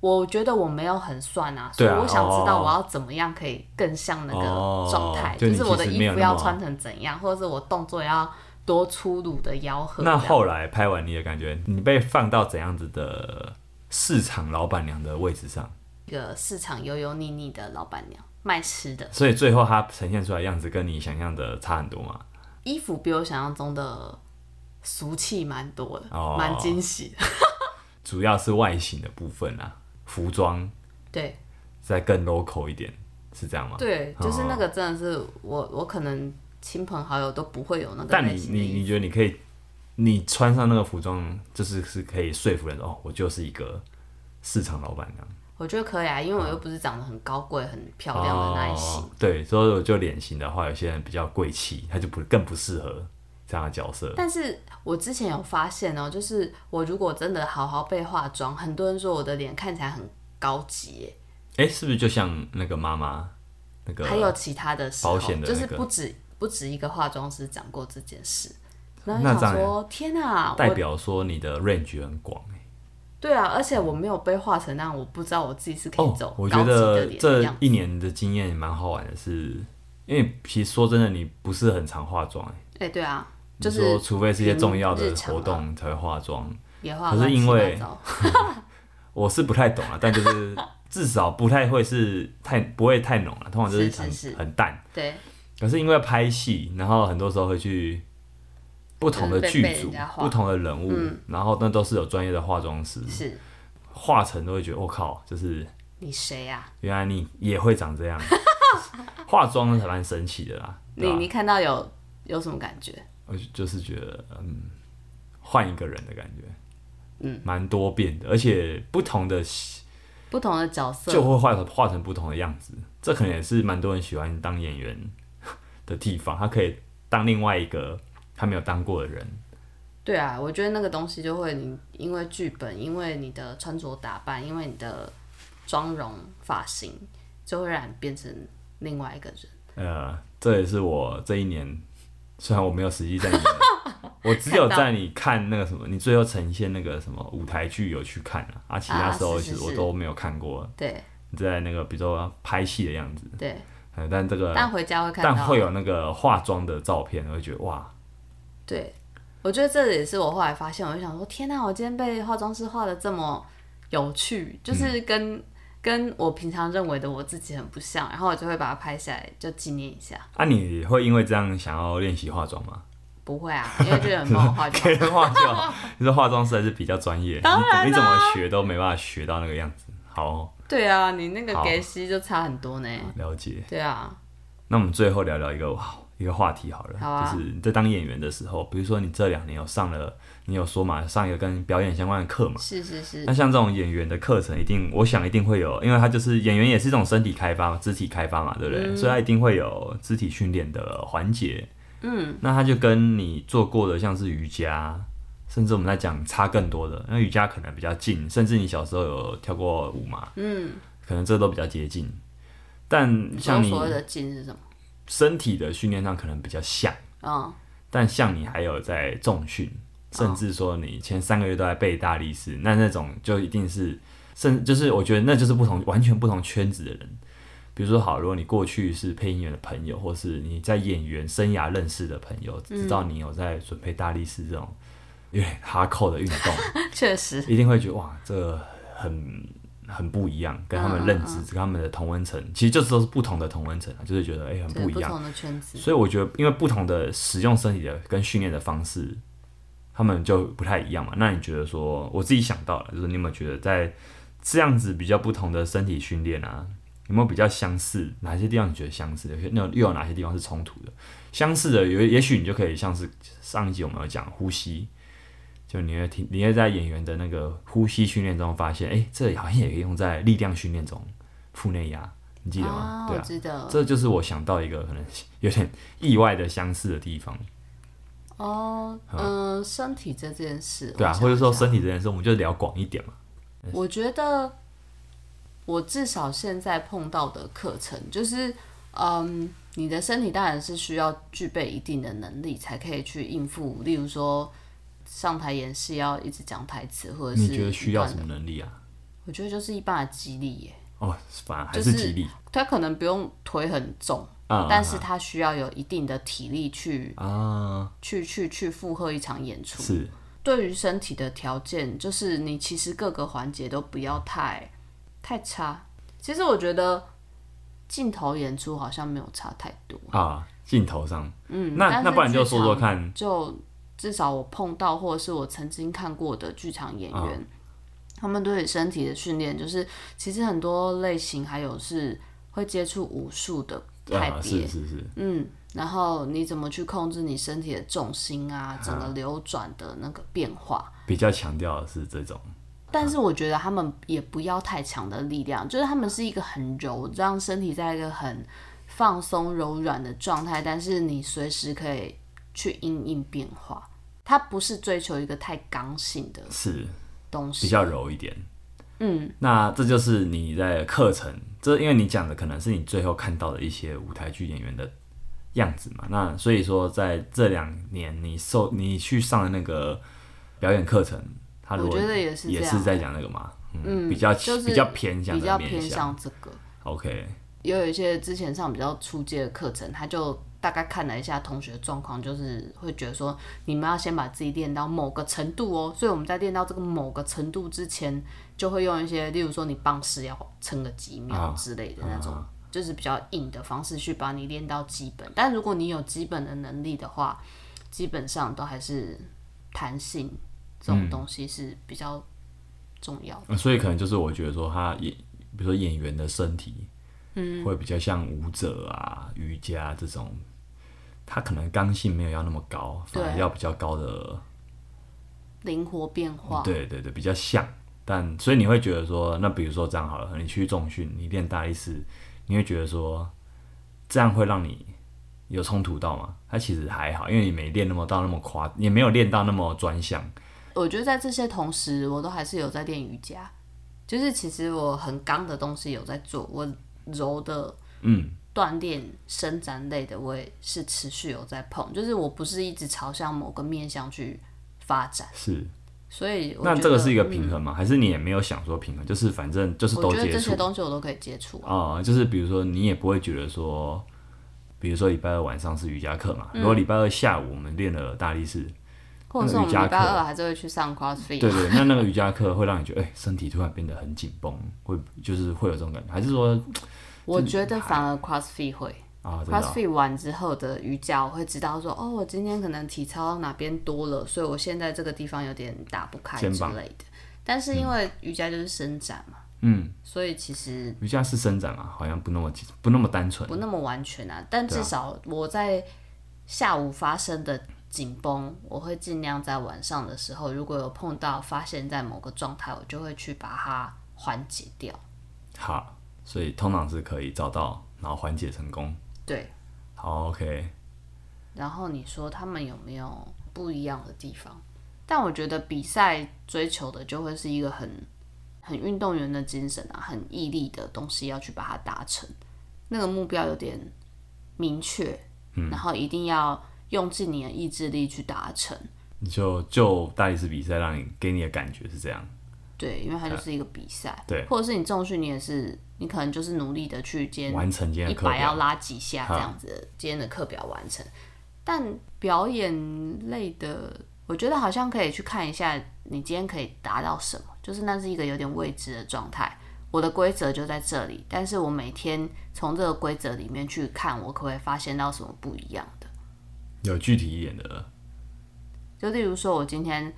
[SPEAKER 2] 我觉得我没有很算啊，所以
[SPEAKER 1] 对啊
[SPEAKER 2] 我想知道
[SPEAKER 1] 哦
[SPEAKER 2] 我要怎么样可以更像那个状态，
[SPEAKER 1] 哦就你
[SPEAKER 2] 是我的
[SPEAKER 1] 其实
[SPEAKER 2] 衣
[SPEAKER 1] 没有
[SPEAKER 2] 服
[SPEAKER 1] 那么
[SPEAKER 2] 要穿成怎样，或者是我动作要多粗鲁的吆喝这
[SPEAKER 1] 那
[SPEAKER 2] 样。
[SPEAKER 1] 后来拍完你的感觉，你被放到怎样子的市场老板娘的位置上？
[SPEAKER 2] 一个市场油油腻腻的老板娘卖吃的，
[SPEAKER 1] 所以最后它呈现出来的样子跟你想象的差很多嘛？
[SPEAKER 2] 衣服比我想象中的俗气蛮多的
[SPEAKER 1] 哦，
[SPEAKER 2] 蛮惊喜的。
[SPEAKER 1] 主要是外形的部分啊，服装
[SPEAKER 2] 对
[SPEAKER 1] 再更 local 一点，是这样吗？
[SPEAKER 2] 对，
[SPEAKER 1] 哦
[SPEAKER 2] 就是那个真的是我我可能亲朋好友都不会有那个
[SPEAKER 1] 但你
[SPEAKER 2] 类型的
[SPEAKER 1] 你
[SPEAKER 2] 衣服
[SPEAKER 1] 你觉得你可以，你穿上那个服装，就是是可以说服人哦，我就是一个市场老板娘，
[SPEAKER 2] 我觉得可以啊，因为我又不是长得很高贵、很漂亮的那一
[SPEAKER 1] 嗯
[SPEAKER 2] 型。
[SPEAKER 1] 哦。对，所以我就脸型的话，有些人比较贵气，他就不更不适合这样的角色。
[SPEAKER 2] 但是我之前有发现哦、就是我如果真的好好被化妆，很多人说我的脸看起来很高级耶、
[SPEAKER 1] 哎、是不是就像那个妈妈那个？
[SPEAKER 2] 还有啊其他的时候，
[SPEAKER 1] 啊保险的
[SPEAKER 2] 就
[SPEAKER 1] 那
[SPEAKER 2] 是
[SPEAKER 1] 个
[SPEAKER 2] 不止不止一个化妆师讲过这件事，然后
[SPEAKER 1] 那
[SPEAKER 2] 就想
[SPEAKER 1] 当然
[SPEAKER 2] 说天啊，
[SPEAKER 1] 代
[SPEAKER 2] 我
[SPEAKER 1] 表说你的 range 很广、欸。
[SPEAKER 2] 对啊，而且我没有被化成那样，我不知道我自己是可以
[SPEAKER 1] 哦
[SPEAKER 2] 走，
[SPEAKER 1] 我
[SPEAKER 2] 高
[SPEAKER 1] 觉
[SPEAKER 2] 级的
[SPEAKER 1] 得
[SPEAKER 2] 脸的
[SPEAKER 1] 这
[SPEAKER 2] 样子。
[SPEAKER 1] 一年的经验也蛮好玩的是，因为其实说真的，你不是很常化妆、欸，
[SPEAKER 2] 哎、对啊，就
[SPEAKER 1] 你
[SPEAKER 2] 是
[SPEAKER 1] 说除非是一些重要的
[SPEAKER 2] 平日常啊
[SPEAKER 1] 活动才会化妆。
[SPEAKER 2] 也化
[SPEAKER 1] 可是
[SPEAKER 2] 乱七
[SPEAKER 1] 因
[SPEAKER 2] 八
[SPEAKER 1] 为
[SPEAKER 2] 糟
[SPEAKER 1] 我是不太懂啊，但就是至少不太会是太不会太浓啊了，通常就是
[SPEAKER 2] 是
[SPEAKER 1] 很
[SPEAKER 2] 是
[SPEAKER 1] 很淡。
[SPEAKER 2] 对，
[SPEAKER 1] 可是因为拍戏，然后很多时候会去不同的
[SPEAKER 2] 就是被
[SPEAKER 1] 剧
[SPEAKER 2] 被人
[SPEAKER 1] 组
[SPEAKER 2] 家、嗯化
[SPEAKER 1] 不同的人物，然后那都是有专业的化妆师
[SPEAKER 2] 是
[SPEAKER 1] 化成，都会觉得我、靠，就是
[SPEAKER 2] 你谁啊？
[SPEAKER 1] 原来你也会长这样。化妆还蛮神奇的啦，对啊
[SPEAKER 2] 你
[SPEAKER 1] 吧、
[SPEAKER 2] 你看到有有什么感觉？
[SPEAKER 1] 我就就是觉得，嗯，换一个人的感觉，嗯，蛮多变的，而且不同的
[SPEAKER 2] 不同的角色
[SPEAKER 1] 就会画成画成不同的样子。这可能也是蛮多人喜欢当演员的地方，他可以当另外一个他没有当过的人。
[SPEAKER 2] 对啊，我觉得那个东西就会你因为剧本，因为你的穿着打扮，因为你的妆容、发型，就会让你变成另外一个人。
[SPEAKER 1] 呃，这也是我这一年，虽然我没有实际在你的， 我只有在你看那个什么，你最后呈现那个什么舞台剧有去看啊，啊，其他时候
[SPEAKER 2] 啊
[SPEAKER 1] 其实
[SPEAKER 2] 是是
[SPEAKER 1] 我
[SPEAKER 2] 是
[SPEAKER 1] 都没有看过。
[SPEAKER 2] 对
[SPEAKER 1] 你在那个比如说拍戏的样子，
[SPEAKER 2] 对，
[SPEAKER 1] 呃，但这个
[SPEAKER 2] 但回家会看到。啊
[SPEAKER 1] 但会有那个化妆的照片，我会觉得哇，
[SPEAKER 2] 对，我觉得这也是我后来发现，我就想说，天哪、我今天被化妆师画的这么有趣，
[SPEAKER 1] 嗯
[SPEAKER 2] 就是跟、跟我平常认为的我自己很不像，然后我就会把它拍下来，就纪念一下。
[SPEAKER 1] 啊，你会因为这样想要练习化妆吗？
[SPEAKER 2] 不会啊，因为就有人帮 我化
[SPEAKER 1] 别
[SPEAKER 2] 妆。
[SPEAKER 1] 人化就好，你说化妆师还是比较专业，
[SPEAKER 2] 当然啦
[SPEAKER 1] 你怎么你怎么学都没办法学到那个样子。好，
[SPEAKER 2] 对啊，你那个
[SPEAKER 1] 好
[SPEAKER 2] 给息就差很多呢。
[SPEAKER 1] 了解。
[SPEAKER 2] 对啊，
[SPEAKER 1] 那我们最后聊聊一个哇一个话题好了，
[SPEAKER 2] 好啊
[SPEAKER 1] 就是你在当演员的时候，比如说你这两年有上了，你有说嘛，上一个跟表演相关的课嘛。
[SPEAKER 2] 是是是
[SPEAKER 1] 那。像这种演员的课程，一定我想一定会有，因为他就是演员也是一种身体开发嘛，肢体开发嘛，对不对？
[SPEAKER 2] 嗯
[SPEAKER 1] 所以他一定会有肢体训练的环节。嗯，那他就跟你做过的像是瑜伽，甚至我们在讲差更多的，那瑜伽可能比较近，甚至你小时候有跳过舞嘛，嗯，可能这都比较接近。但
[SPEAKER 2] 你说
[SPEAKER 1] 像你
[SPEAKER 2] 所谓的近是什么？
[SPEAKER 1] 身体的训练上可能比较像，
[SPEAKER 2] 嗯，
[SPEAKER 1] 但像你还有在重训，甚至说你前三个月都在背大力士，那那种就一定是，甚就是我觉得那就是不同完全不同圈子的人。比如说，好，如果你过去是配音员的朋友，或是你在演员生涯认识的朋友，知道你有在准备大力士这种有点哈扣的运动，
[SPEAKER 2] 确实，
[SPEAKER 1] 一定会觉得哇，这个很很不一样，跟他们认知、跟他们的同温层，其实就是都是不同的同温层啊，就是觉得哎、很
[SPEAKER 2] 对
[SPEAKER 1] 不一
[SPEAKER 2] 不
[SPEAKER 1] 样。
[SPEAKER 2] 同的圈子，
[SPEAKER 1] 所以我觉得，因为不同的使用身体的跟训练的方式，他们就不太一样嘛。那你觉得说，我自己想到了，就是你有没有觉得在这样子比较不同的身体训练啊，有没有比较相似？哪些地方你觉得相似？有些那又有哪些地方是冲突的？相似的有，也许你就可以像是上一集我们有讲呼吸，就你会听，你会在演员的那个呼吸训练中发现，哎、这好像也可以用在力量训练中。腹内压，你记得吗？
[SPEAKER 2] 啊，
[SPEAKER 1] 对
[SPEAKER 2] 我
[SPEAKER 1] 啊，
[SPEAKER 2] 知道。
[SPEAKER 1] 这就是我想到一个可能 有点意外的相似的地方，
[SPEAKER 2] 哦，嗯、身体这件事，
[SPEAKER 1] 对啊，
[SPEAKER 2] 我想
[SPEAKER 1] 或者说
[SPEAKER 2] 一下
[SPEAKER 1] 身体这件事，我们就聊广一点嘛。
[SPEAKER 2] 我觉得我至少现在碰到的课程就是，嗯，你的身体当然是需要具备一定的能力才可以去应付，例如说上台演戏要一直讲台词，或者是
[SPEAKER 1] 你觉得需要
[SPEAKER 2] 一般
[SPEAKER 1] 什么能力啊？
[SPEAKER 2] 我觉得就是一般的肌力耶，
[SPEAKER 1] 哦，反而还
[SPEAKER 2] 就是
[SPEAKER 1] 是激励
[SPEAKER 2] 他可能不用腿很重，
[SPEAKER 1] 啊
[SPEAKER 2] 但是他需要有一定的体力去
[SPEAKER 1] 啊，
[SPEAKER 2] 去去去负荷一场演出。
[SPEAKER 1] 是
[SPEAKER 2] 对于身体的条件，就是你其实各个环节都不要太太差。其实我觉得镜头演出好像没有差太多，
[SPEAKER 1] 啊，镜头上，
[SPEAKER 2] 嗯，但
[SPEAKER 1] 那
[SPEAKER 2] 是
[SPEAKER 1] 那不然就说说
[SPEAKER 2] 剧
[SPEAKER 1] 看，
[SPEAKER 2] 就至少我碰到或者是我曾经看过的剧场演
[SPEAKER 1] 嗯
[SPEAKER 2] 员，他们对于身体的训练，就是其实很多类型还有是会接触武术的派
[SPEAKER 1] 啊，是，
[SPEAKER 2] 别
[SPEAKER 1] 是是，
[SPEAKER 2] 嗯，然后你怎么去控制你身体的重心啊，整个流转的那个变化。
[SPEAKER 1] 比较强调的是这种
[SPEAKER 2] 但是我觉得他们也不要太强的力量，就是他们是一个很柔，让身体在一个很放松柔软的状态，但是你随时可以去因应变化。它不是追求一个太刚性的
[SPEAKER 1] 是
[SPEAKER 2] 东
[SPEAKER 1] 比
[SPEAKER 2] 西，
[SPEAKER 1] 较柔一点。
[SPEAKER 2] 嗯，
[SPEAKER 1] 那这就是你在课程，这因为你讲的可能是你最后看到的一些舞台剧演员的样子嘛。那所以说，在这两年你受你去上的那个表演课程，他如
[SPEAKER 2] 我
[SPEAKER 1] 果
[SPEAKER 2] 觉得也是
[SPEAKER 1] 也
[SPEAKER 2] 这
[SPEAKER 1] 是
[SPEAKER 2] 样，
[SPEAKER 1] 在讲那个嘛，
[SPEAKER 2] 嗯
[SPEAKER 1] 比较、
[SPEAKER 2] 就是
[SPEAKER 1] 比较偏向
[SPEAKER 2] 比
[SPEAKER 1] 的
[SPEAKER 2] 较
[SPEAKER 1] 面
[SPEAKER 2] 偏
[SPEAKER 1] 向
[SPEAKER 2] 向这个。
[SPEAKER 1] OK，
[SPEAKER 2] 也有一些之前上比较初阶的课程，他就大概看了一下同学的状况，就是会觉得说，你们要先把自己练到某个程度哦。所以我们在练到这个某个程度之前，就会用一些，例如说你棒式要撑个几秒
[SPEAKER 1] 啊
[SPEAKER 2] 之类的那种，就是比较硬的方式去把你练到基本。但如果你有基本的能力的话，基本上都还是弹性这
[SPEAKER 1] 嗯
[SPEAKER 2] 种东西是比较重要的。
[SPEAKER 1] 呃所以可能就是我觉得说他演，比如说演员的身体，嗯，会比较像舞者啊、瑜伽这种，他可能刚性没有要那么高，反而
[SPEAKER 2] 对
[SPEAKER 1] 要比较高的，
[SPEAKER 2] 灵活变化，
[SPEAKER 1] 对对对，比较像。但所以你会觉得说，那比如说这样好了，你去重训，你练大力士，你会觉得说，这样会让你有冲突到吗？它其实还好，因为你没练那么到那么夸，也没有练到那么专项。
[SPEAKER 2] 我觉得在这些同时，我都还是有在练瑜伽，就是其实我很刚的东西有在做，我柔的
[SPEAKER 1] 嗯，
[SPEAKER 2] 锻炼、伸展类的，我也是持续有在碰，就是我不是一直朝向某个面向去发展，
[SPEAKER 1] 是。
[SPEAKER 2] 所以我
[SPEAKER 1] 那
[SPEAKER 2] 觉
[SPEAKER 1] 这个
[SPEAKER 2] 得嗯
[SPEAKER 1] 是一个平衡吗？还是你也没有想说平衡，就是反正就是都
[SPEAKER 2] 我觉得
[SPEAKER 1] 接
[SPEAKER 2] 这
[SPEAKER 1] 触
[SPEAKER 2] 些东西我都可以接触，
[SPEAKER 1] 啊、就是比如说你也不会觉得说，比如说礼拜二晚上是瑜伽课嘛，
[SPEAKER 2] 嗯
[SPEAKER 1] 如果礼拜二下午我们练了大力士，
[SPEAKER 2] 或者是我
[SPEAKER 1] 那个
[SPEAKER 2] 们礼
[SPEAKER 1] 瑜伽
[SPEAKER 2] 拜
[SPEAKER 1] 课
[SPEAKER 2] 二还是会去上
[SPEAKER 1] 对
[SPEAKER 2] CrossFit，
[SPEAKER 1] 对，那那个瑜伽课会让你觉得哎、身体突然变得很紧绷，会就是会有这种感觉，还是说
[SPEAKER 2] 我觉
[SPEAKER 1] 嗯
[SPEAKER 2] 得反而 CrossFit 会。
[SPEAKER 1] 啊真的啊
[SPEAKER 2] CrossFit 完之后的瑜伽，我会知道说，哦，我今天可能体操哪边多了，所以我现在这个地方有点打不开之
[SPEAKER 1] 肩膀
[SPEAKER 2] 类的。但是因为瑜伽就是伸展嘛，
[SPEAKER 1] 嗯，
[SPEAKER 2] 所以其实
[SPEAKER 1] 瑜伽是伸展啊嘛，好像不那么不那么单纯
[SPEAKER 2] 不那么完全啊。但至少我在下午发生的紧绷，我会尽量在晚上的时候，如果有碰到发现在某个状态，我就会去把它缓解掉。
[SPEAKER 1] 好，所以通常是可以找到然后缓解成功。
[SPEAKER 2] 对，
[SPEAKER 1] 好，OK，
[SPEAKER 2] 然后你说他们有没有不一样的地方？但我觉得比赛追求的就会是一个很很运动员的精神啊，很毅力的东西要去把它达成，那个目标有点明确，然后一定要用尽你的意志力去达成。
[SPEAKER 1] 你就就大力士比赛让你给你的感觉是这样。
[SPEAKER 2] 对，因为它就是一个比赛，
[SPEAKER 1] 对
[SPEAKER 2] 或者是你重训，你也是，你可能就是努力的去兼
[SPEAKER 1] 完成今天
[SPEAKER 2] 一
[SPEAKER 1] 的课
[SPEAKER 2] 百
[SPEAKER 1] 表
[SPEAKER 2] 要拉几下这样子，今天的课表完成。但表演类的，我觉得好像可以去看一下，你今天可以达到什么，就是那是一个有点未知的状态。我的规则就在这里，但是我每天从这个规则里面去看，我可不可以发现到什么不一样的？
[SPEAKER 1] 有具体一点的
[SPEAKER 2] 就例如说，我今天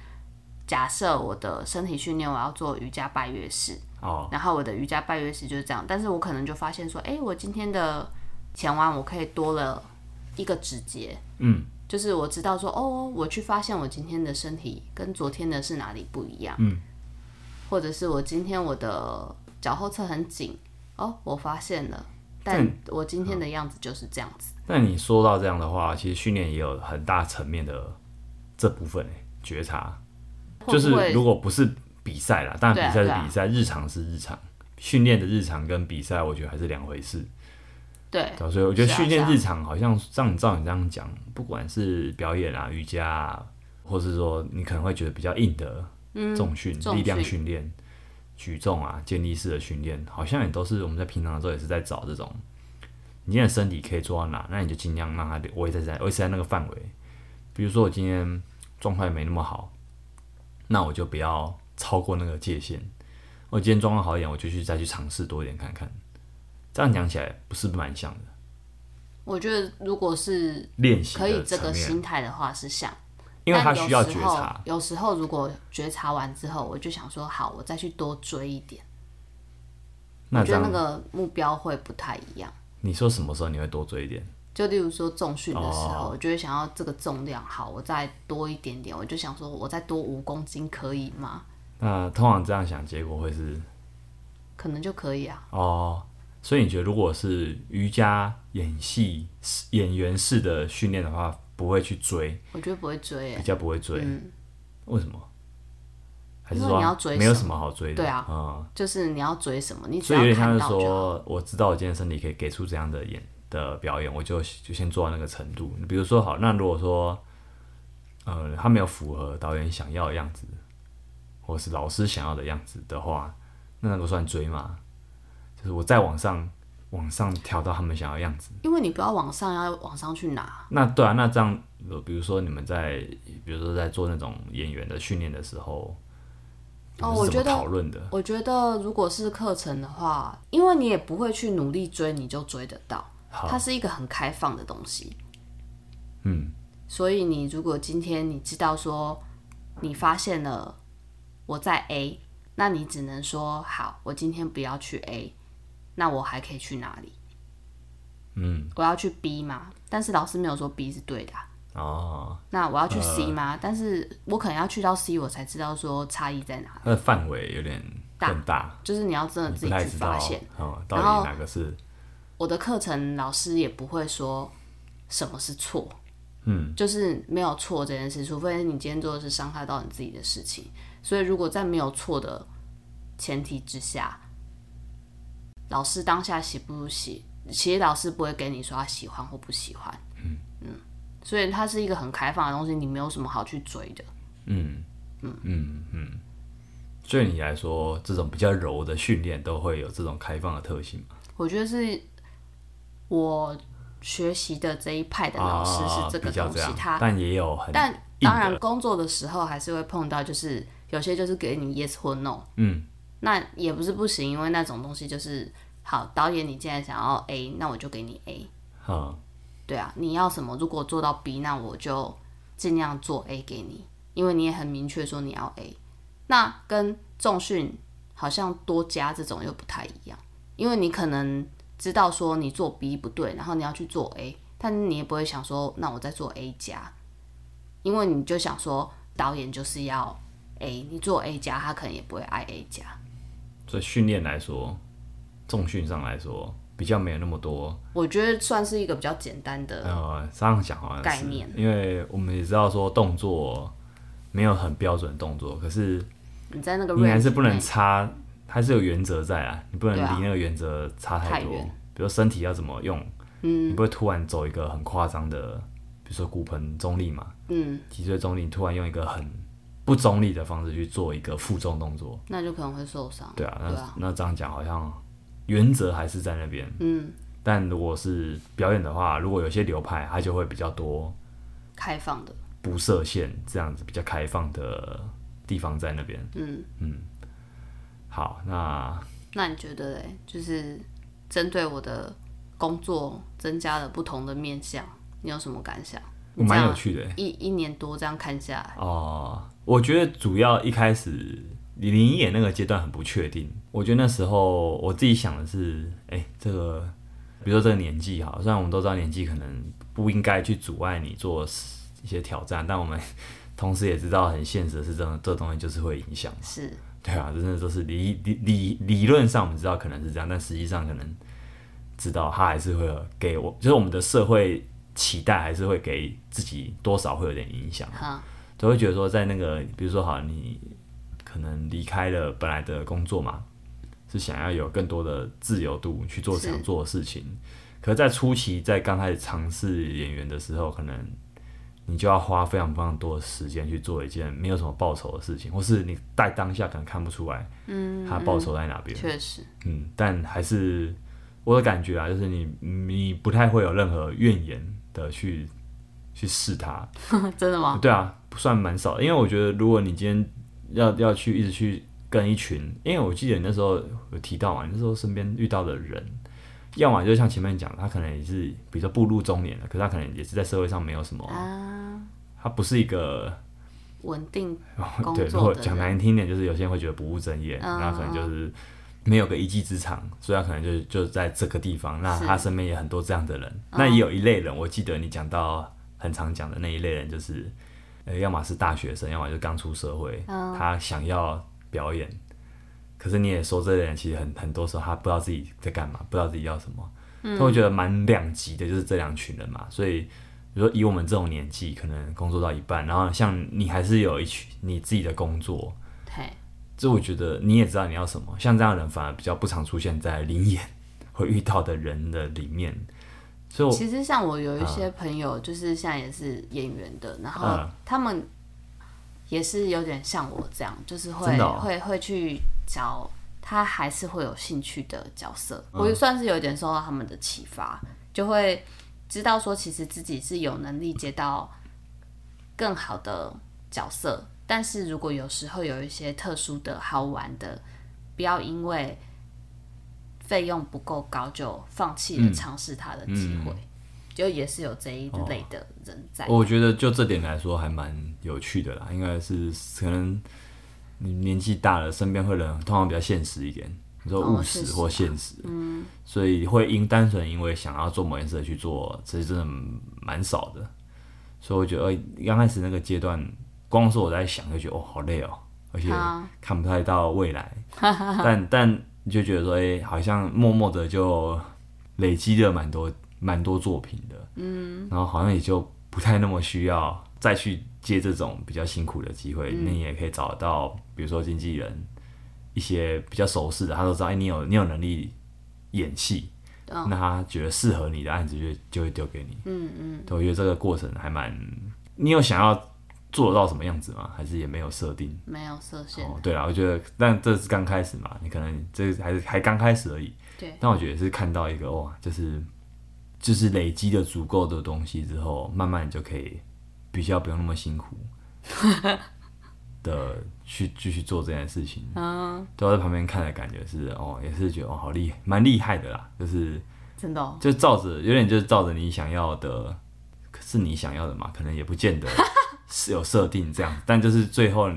[SPEAKER 2] 假设我的身体训练，我要做瑜伽拜月式，
[SPEAKER 1] 哦，
[SPEAKER 2] 然后我的瑜伽拜月式就是这样，但是我可能就发现说，哎，我今天的前弯我可以多了一个指节，
[SPEAKER 1] 嗯，
[SPEAKER 2] 就是我知道说，哦，我去发现我今天的身体跟昨天的是哦哪里不一样，嗯，或者是我今天我的脚后侧很紧，哦，我发现了，但
[SPEAKER 1] 但
[SPEAKER 2] 我今天的样子就是这样子。
[SPEAKER 1] 那你说到这样的话，其实训练也有很大层面的这部分、欸、觉察，就
[SPEAKER 2] 会不
[SPEAKER 1] 是
[SPEAKER 2] 会
[SPEAKER 1] 如果不是比赛啦，当
[SPEAKER 2] 对
[SPEAKER 1] 然
[SPEAKER 2] 啊
[SPEAKER 1] 比赛
[SPEAKER 2] 对啊
[SPEAKER 1] 是比赛，日常是日常，训练的日常跟比赛，我觉得还是两回事。
[SPEAKER 2] 对
[SPEAKER 1] 对啊所以我觉得
[SPEAKER 2] 是啊
[SPEAKER 1] 训练
[SPEAKER 2] 是啊
[SPEAKER 1] 日常好像像你照你这样讲，不管是表演啊、瑜伽啊，或是说你可能会觉得比较硬的重训、
[SPEAKER 2] 嗯重
[SPEAKER 1] 力量
[SPEAKER 2] 训
[SPEAKER 1] 训练、举重啊、健力式的训练，好像也都是我们在平常的时候也是在找这种，你现在身体可以做到哪，那你就尽量让它留维持在维持在那个范围。比如说我今天状态没那么好，那我就不要超过那个界限。我今天状况好一点，我就去再去尝试多一点看看。这样讲起来不是蛮像的。
[SPEAKER 2] 我觉得如果是
[SPEAKER 1] 练习
[SPEAKER 2] 可以
[SPEAKER 1] 的
[SPEAKER 2] 这
[SPEAKER 1] 层
[SPEAKER 2] 个
[SPEAKER 1] 面，
[SPEAKER 2] 心态的话是像，
[SPEAKER 1] 因为
[SPEAKER 2] 但
[SPEAKER 1] 他需要觉察。
[SPEAKER 2] 有时候。有时候如果觉察完之后，我就想说，好，我再去多追一点，
[SPEAKER 1] 那
[SPEAKER 2] 我
[SPEAKER 1] 这
[SPEAKER 2] 觉得那
[SPEAKER 1] 样，
[SPEAKER 2] 个目标会不太一样。
[SPEAKER 1] 你说什么时候你会多追一点？
[SPEAKER 2] 就例如说重训的时候，
[SPEAKER 1] 哦
[SPEAKER 2] 我就会想要这个重量好，我再多一点点，我就想说我再多五公斤可以吗？
[SPEAKER 1] 那通常这样想，结果会是
[SPEAKER 2] 可能就可以啊。
[SPEAKER 1] 哦。所以你觉得，如果是瑜伽演戏演员式的训练的话，不会去追，
[SPEAKER 2] 我觉得不会追、
[SPEAKER 1] 比
[SPEAKER 2] 欸，
[SPEAKER 1] 较不会追，
[SPEAKER 2] 嗯，
[SPEAKER 1] 为什么？还是
[SPEAKER 2] 因为
[SPEAKER 1] 说
[SPEAKER 2] 你要追
[SPEAKER 1] 没有
[SPEAKER 2] 什
[SPEAKER 1] 什么好追的？
[SPEAKER 2] 对啊
[SPEAKER 1] 嗯，
[SPEAKER 2] 就是你要追什么，你只
[SPEAKER 1] 所以有
[SPEAKER 2] 要
[SPEAKER 1] 点像
[SPEAKER 2] 看
[SPEAKER 1] 是
[SPEAKER 2] 到就好。
[SPEAKER 1] 说，我知道我今天身体可以给出怎样的演的表演，我就就先做到那个程度。比如说，好，那如果说，呃，他没有符合导演想要的样子，或是老师想要的样子的话，那那个算追吗？就是我再往上往上调到他们想要的样子。
[SPEAKER 2] 因为你不要往上，要往上去拿，
[SPEAKER 1] 那对啊，那这样，呃比如说你们在，比如说在做那种演员的训练的时候，你们
[SPEAKER 2] 哦
[SPEAKER 1] 是
[SPEAKER 2] 我
[SPEAKER 1] 怎么
[SPEAKER 2] 觉得
[SPEAKER 1] 讨论的？
[SPEAKER 2] 我觉得如果是课程的话，因为你也不会去努力追，你就追哦得到。它
[SPEAKER 1] 好，
[SPEAKER 2] 是一个很开放的东西，
[SPEAKER 1] 嗯。
[SPEAKER 2] 所以你如果今天你知道说你发现了我在 A，那你只能说好，我今天不要去 A，那我还可以去哪里？嗯，我要去 B 嘛，但是老师没有说 B 是对的啊、
[SPEAKER 1] 哦，
[SPEAKER 2] 那我要去 C 吗？但是我可能要去到 C，我才知道说差异在哪。
[SPEAKER 1] 它的范围有点更大
[SPEAKER 2] 就是你要真的
[SPEAKER 1] 你
[SPEAKER 2] 自
[SPEAKER 1] 不
[SPEAKER 2] 己
[SPEAKER 1] 太
[SPEAKER 2] 去
[SPEAKER 1] 知道
[SPEAKER 2] 发现。
[SPEAKER 1] 嗯，到
[SPEAKER 2] 然后
[SPEAKER 1] 底哪个是
[SPEAKER 2] 我的课程老师也不会说什么是错，
[SPEAKER 1] 嗯，
[SPEAKER 2] 就是没有错这件事，除非你今天做的是伤害到你自己的事情。所以如果在没有错的前提之下，老师当下喜不喜，其实老师不会给你说他喜欢或不喜欢，嗯所以它是一个很开放的东西，你没有什么好去追的。
[SPEAKER 1] 嗯嗯嗯嗯，对你来说，这种比较柔的训练都会有这种开放的特性嘛？
[SPEAKER 2] 我觉得是我学习的这一派的老师
[SPEAKER 1] 啊
[SPEAKER 2] 是这个
[SPEAKER 1] 比较
[SPEAKER 2] 东
[SPEAKER 1] 这
[SPEAKER 2] 西，
[SPEAKER 1] 样
[SPEAKER 2] 他
[SPEAKER 1] 但也有很
[SPEAKER 2] 但
[SPEAKER 1] 硬
[SPEAKER 2] 当然，工作的时候还是会碰到，就是有些就是给你 yes 或 no，
[SPEAKER 1] 嗯
[SPEAKER 2] 那也不是不行，因为那种东西就是好导演，你既然想要 A，那我就给你 A，
[SPEAKER 1] 嗯
[SPEAKER 2] 对啊，你要什么？如果做到 B，那我就尽量做 A 给你，因为你也很明确说你要 A。那跟重训好像多加这种又不太一样，因为你可能知道说你做 B 不对，然后你要去做 A，但你也不会想说那我再做 A 加，因为你就想说导演就是要 A，你做 A 加他可能也不会爱 A 加。
[SPEAKER 1] 所以训练来说，重训上来说，比较没有那么多
[SPEAKER 2] 我觉得算是一个比较简单的，
[SPEAKER 1] 呃，这样讲好像是
[SPEAKER 2] 概念，
[SPEAKER 1] 因为我们也知道说动作没有很标准的动作，可是
[SPEAKER 2] 你在那个
[SPEAKER 1] 你还
[SPEAKER 2] range
[SPEAKER 1] 是不能
[SPEAKER 2] 内
[SPEAKER 1] 差，还是有原则在啊，你不能
[SPEAKER 2] 对啊
[SPEAKER 1] 离那个原则差
[SPEAKER 2] 太
[SPEAKER 1] 太多。
[SPEAKER 2] 远
[SPEAKER 1] 比如身体要怎么用，嗯，你不会突然走一个很夸张的，比如说骨盆中立嘛，
[SPEAKER 2] 嗯，
[SPEAKER 1] 脊椎中立，你突然用一个很不中立的方式去做一个负重动作，
[SPEAKER 2] 那就可能会受伤。
[SPEAKER 1] 对啊，那
[SPEAKER 2] 对啊
[SPEAKER 1] 那这样讲好像原则还是在那边，
[SPEAKER 2] 嗯，
[SPEAKER 1] 但如果是表演的话，如果有些流派，它就会比较多
[SPEAKER 2] 开放的。
[SPEAKER 1] 不设限这样子比较开放的地方在那边，
[SPEAKER 2] 嗯，
[SPEAKER 1] 好，那
[SPEAKER 2] 那你觉得嘞？就是针对我的工作增加了不同的面向，你有什么感想？
[SPEAKER 1] 我
[SPEAKER 2] 你这
[SPEAKER 1] 蛮有
[SPEAKER 2] 样
[SPEAKER 1] 趣的欸、
[SPEAKER 2] 一一年多这样看下来，
[SPEAKER 1] 哦、我觉得主要一开始你灵演那个阶段很不确定，我觉得那时候我自己想的是，哎、这个，比如说这个年纪哈，虽然我们都知道年纪可能不应该去阻碍你做一些挑战，但我们同时也知道很现实的是，真的这东西就是会影响。
[SPEAKER 2] 是
[SPEAKER 1] 对啊，真的就是理理理理论上我们知道可能是这样，但实际上可能知道他还是会有给我，就是我们的社会期待还是会给自己多少会有点影响，
[SPEAKER 2] 嗯
[SPEAKER 1] 都会觉得说在那个，比如说好，你可能离开了本来的工作嘛，是想要有更多的自由度去做
[SPEAKER 2] 是
[SPEAKER 1] 想做的事情，可是在初期在刚开始尝试演员的时候，可能你就要花非常非常多的时间去做一件没有什么报酬的事情，或是你在当下可能看不出来，嗯，他报酬在哪边，
[SPEAKER 2] 确实，
[SPEAKER 1] 嗯，但还是我的感觉啊，就是你你不太会有任何怨言的去去试它，
[SPEAKER 2] 真的吗？
[SPEAKER 1] 对啊，算蛮少的，因为我觉得如果你今天要要去一直去跟一群，因为我记得你那时候有提到嘛，你那时候身边遇到的人，要么就像前面讲的，他可能也是比较步入中年了，可是他可能也是在社会上没有什么，
[SPEAKER 2] 啊，
[SPEAKER 1] 他不是一个
[SPEAKER 2] 稳定工
[SPEAKER 1] 哦对，如
[SPEAKER 2] 作
[SPEAKER 1] 果
[SPEAKER 2] 的
[SPEAKER 1] 讲
[SPEAKER 2] 人，
[SPEAKER 1] 难听点，就是有些人会觉得不务正业，
[SPEAKER 2] 嗯
[SPEAKER 1] 那可能就是没有个一技之长，所以他可能就就在这个地方。那
[SPEAKER 2] 是嗯
[SPEAKER 1] 他身边也很多这样的人，那也有一类人，我记得你讲到很常讲的那一类人，就是呃，要么是大学生，要么就是刚出社会，
[SPEAKER 2] 嗯
[SPEAKER 1] 他想要表演，可是你也说这类人其实很很多时候他不知道自己在干嘛，不知道自己要什么。他会觉得蛮两极的，就是这两群人嘛，所以比如说以我们这种年纪，可能工作到一半，然后像你还是有一群你自己的工作，
[SPEAKER 2] 对，
[SPEAKER 1] 这我觉得你也知道你要什么。像这样的人反而比较不常出现在灵眼会遇到的人的里面，所以我
[SPEAKER 2] 其实像我有一些朋友，就是现在也是演员的，然后
[SPEAKER 1] 嗯
[SPEAKER 2] 他们也是有点像我这样，就是会
[SPEAKER 1] 真的哦
[SPEAKER 2] 会会去找他还是会有兴趣的角色。我
[SPEAKER 1] 嗯
[SPEAKER 2] 也算是有点受到他们的启发，就会知道说其实自己是有能力接到更好的角色，但是如果有时候有一些特殊的好玩的，不要因为。费用不够高，就放弃
[SPEAKER 1] 嗯
[SPEAKER 2] 了尝试他的机会。就也是有这一类的人在。
[SPEAKER 1] 哦我觉得就这点来说还蛮有趣的啦，应该是可能你年纪大了，身边会人通常比较现实一点，你说
[SPEAKER 2] 哦
[SPEAKER 1] 务
[SPEAKER 2] 确
[SPEAKER 1] 实
[SPEAKER 2] 实
[SPEAKER 1] 或现实，嗯，所以会因单纯因为想要做某件事而去做，其实真的蛮少的。所以我觉得呃刚开始那个阶段，光是我在想就觉得哦好累哦，而且
[SPEAKER 2] 啊
[SPEAKER 1] 看不太到未来，但但你就觉得说，哎、好像默默的就累积了蛮多蛮多作品的，嗯，然后好像也就不太那么需要再去接这种比较辛苦的机会，你也可以找到，比如说经纪人一些比较熟识的，他都知道，哎、你有你有能力演戏，
[SPEAKER 2] 嗯
[SPEAKER 1] 那他觉得适合你的案子就就会丢给你，嗯嗯，对，我觉得这个过程还蛮，你有想要做到什么样子吗？还是也没有设定？
[SPEAKER 2] 没有设限，
[SPEAKER 1] 哦，对啊，我觉得，但这是刚开始嘛，你可能这还是还刚开始而已。
[SPEAKER 2] 对，
[SPEAKER 1] 但我觉得也是看到一个哇，就是就是累积了足够的东西之后，慢慢你就可以比较不用那么辛苦的去继续做这件事情。
[SPEAKER 2] 嗯，
[SPEAKER 1] 对我在旁边看的感觉是哦，也是觉得哦好厉害，蛮厉害的啦，就是
[SPEAKER 2] 真的、哦，
[SPEAKER 1] 就照着有点就是照着你想要的，可是你想要的嘛，可能也不见得是有设定这样，但就是最后，比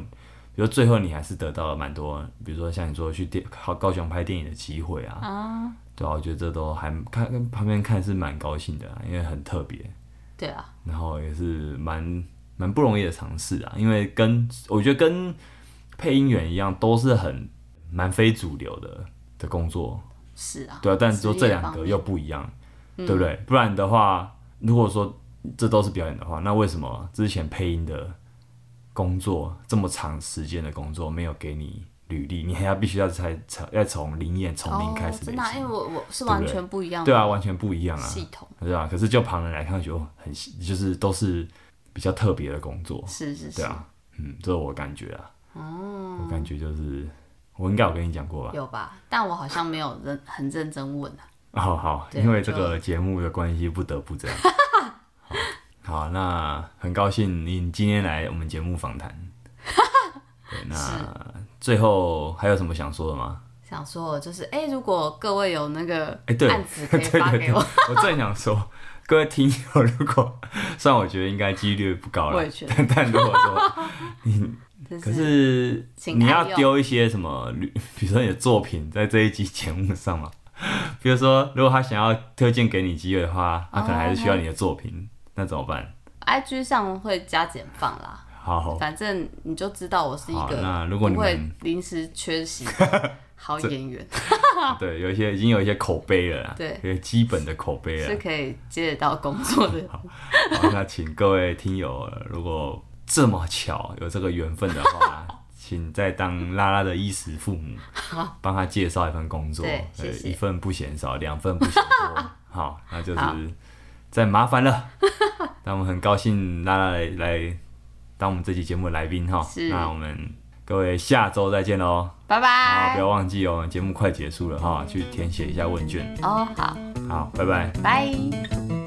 [SPEAKER 1] 如最后你还是得到了蛮多，比如说像你说去电高高雄拍电影的机会啊，对啊，我觉得这都还看旁边看是蛮高兴的啊、因为很特别，
[SPEAKER 2] 对啊，
[SPEAKER 1] 然后也是蛮蛮不容易的尝试啊，因为跟我觉得跟配音员一样，都是很蛮非主流的的工作，
[SPEAKER 2] 是啊，
[SPEAKER 1] 对啊，但是说
[SPEAKER 2] 职业
[SPEAKER 1] 这两
[SPEAKER 2] 方
[SPEAKER 1] 个
[SPEAKER 2] 面嗯
[SPEAKER 1] 又不一样，对不对？不然的话，如果说这都是表演的话，那为什么之前配音的工作这么长时间的工作没有给你履历，你还要必须要才才要从零演从零开
[SPEAKER 2] 哦，
[SPEAKER 1] 始
[SPEAKER 2] 真
[SPEAKER 1] 累
[SPEAKER 2] 的啊、因
[SPEAKER 1] 积？
[SPEAKER 2] 为我我是
[SPEAKER 1] 对不
[SPEAKER 2] 完
[SPEAKER 1] 对
[SPEAKER 2] 全不一样的
[SPEAKER 1] 对啊，完全不一样啊，
[SPEAKER 2] 系统，
[SPEAKER 1] 对啊。可是就旁人来看，就哦很就是都是比较特别的工作，
[SPEAKER 2] 是是是，
[SPEAKER 1] 对啊，嗯，这是我感觉啊，哦，我感觉就是我应该有跟你讲过吧？
[SPEAKER 2] 有吧？但我好像没有认很认真问啊，
[SPEAKER 1] 哦，好，
[SPEAKER 2] 对
[SPEAKER 1] 因为这个节目的关系，不得不这样。 好好，那很高兴你今天来我们节目访 谈。对，那最后还有什么想说的吗？
[SPEAKER 2] 想说就是，哎、如果各位有那个
[SPEAKER 1] 哎对
[SPEAKER 2] 案子可以
[SPEAKER 1] 对对
[SPEAKER 2] 发给我，
[SPEAKER 1] 我正想说， 各位听友，如果 虽然我觉得应该几率不高
[SPEAKER 2] 我
[SPEAKER 1] 了
[SPEAKER 2] 也觉，得
[SPEAKER 1] 但但如果 说，
[SPEAKER 2] 就
[SPEAKER 1] 可
[SPEAKER 2] 是
[SPEAKER 1] 是
[SPEAKER 2] 请
[SPEAKER 1] 你
[SPEAKER 2] 爱
[SPEAKER 1] 要
[SPEAKER 2] 用
[SPEAKER 1] 丢一些什么履， 比如说你的作品在这一集节目上嘛。 比如说，如果他想要推荐给你机会的话，他可能还是需要你的作品，那怎么办？
[SPEAKER 2] IG 上会加减放啦，
[SPEAKER 1] 好，
[SPEAKER 2] 反正你就知道我是一
[SPEAKER 1] 好
[SPEAKER 2] 个
[SPEAKER 1] 那如
[SPEAKER 2] 不
[SPEAKER 1] 果你
[SPEAKER 2] 会
[SPEAKER 1] 们
[SPEAKER 2] 临时缺席 的好演员，
[SPEAKER 1] 对，有一些已经有一些口碑了啦，
[SPEAKER 2] 哦对
[SPEAKER 1] 有一些基本的口碑了
[SPEAKER 2] 是。可以接得到工 作的。
[SPEAKER 1] 好那请各位听友，如果这么巧有这个缘分的 话，请再当拉拉的衣食父母，帮他介绍一份工作，
[SPEAKER 2] 对
[SPEAKER 1] 呃
[SPEAKER 2] 谢谢
[SPEAKER 1] 一份不嫌少，两份不嫌 多。好，那就是再麻烦了。 那我们很高兴拉拉来来当我们这期节目的来宾哈
[SPEAKER 2] 是，
[SPEAKER 1] 那我们各位下周再见喽。
[SPEAKER 2] 拜
[SPEAKER 1] 啊，不
[SPEAKER 2] 拜。
[SPEAKER 1] 要忘记哦，我们节目快结束了哈，去填写一下问卷。
[SPEAKER 2] 哦，好，
[SPEAKER 1] 好，拜拜。
[SPEAKER 2] 拜。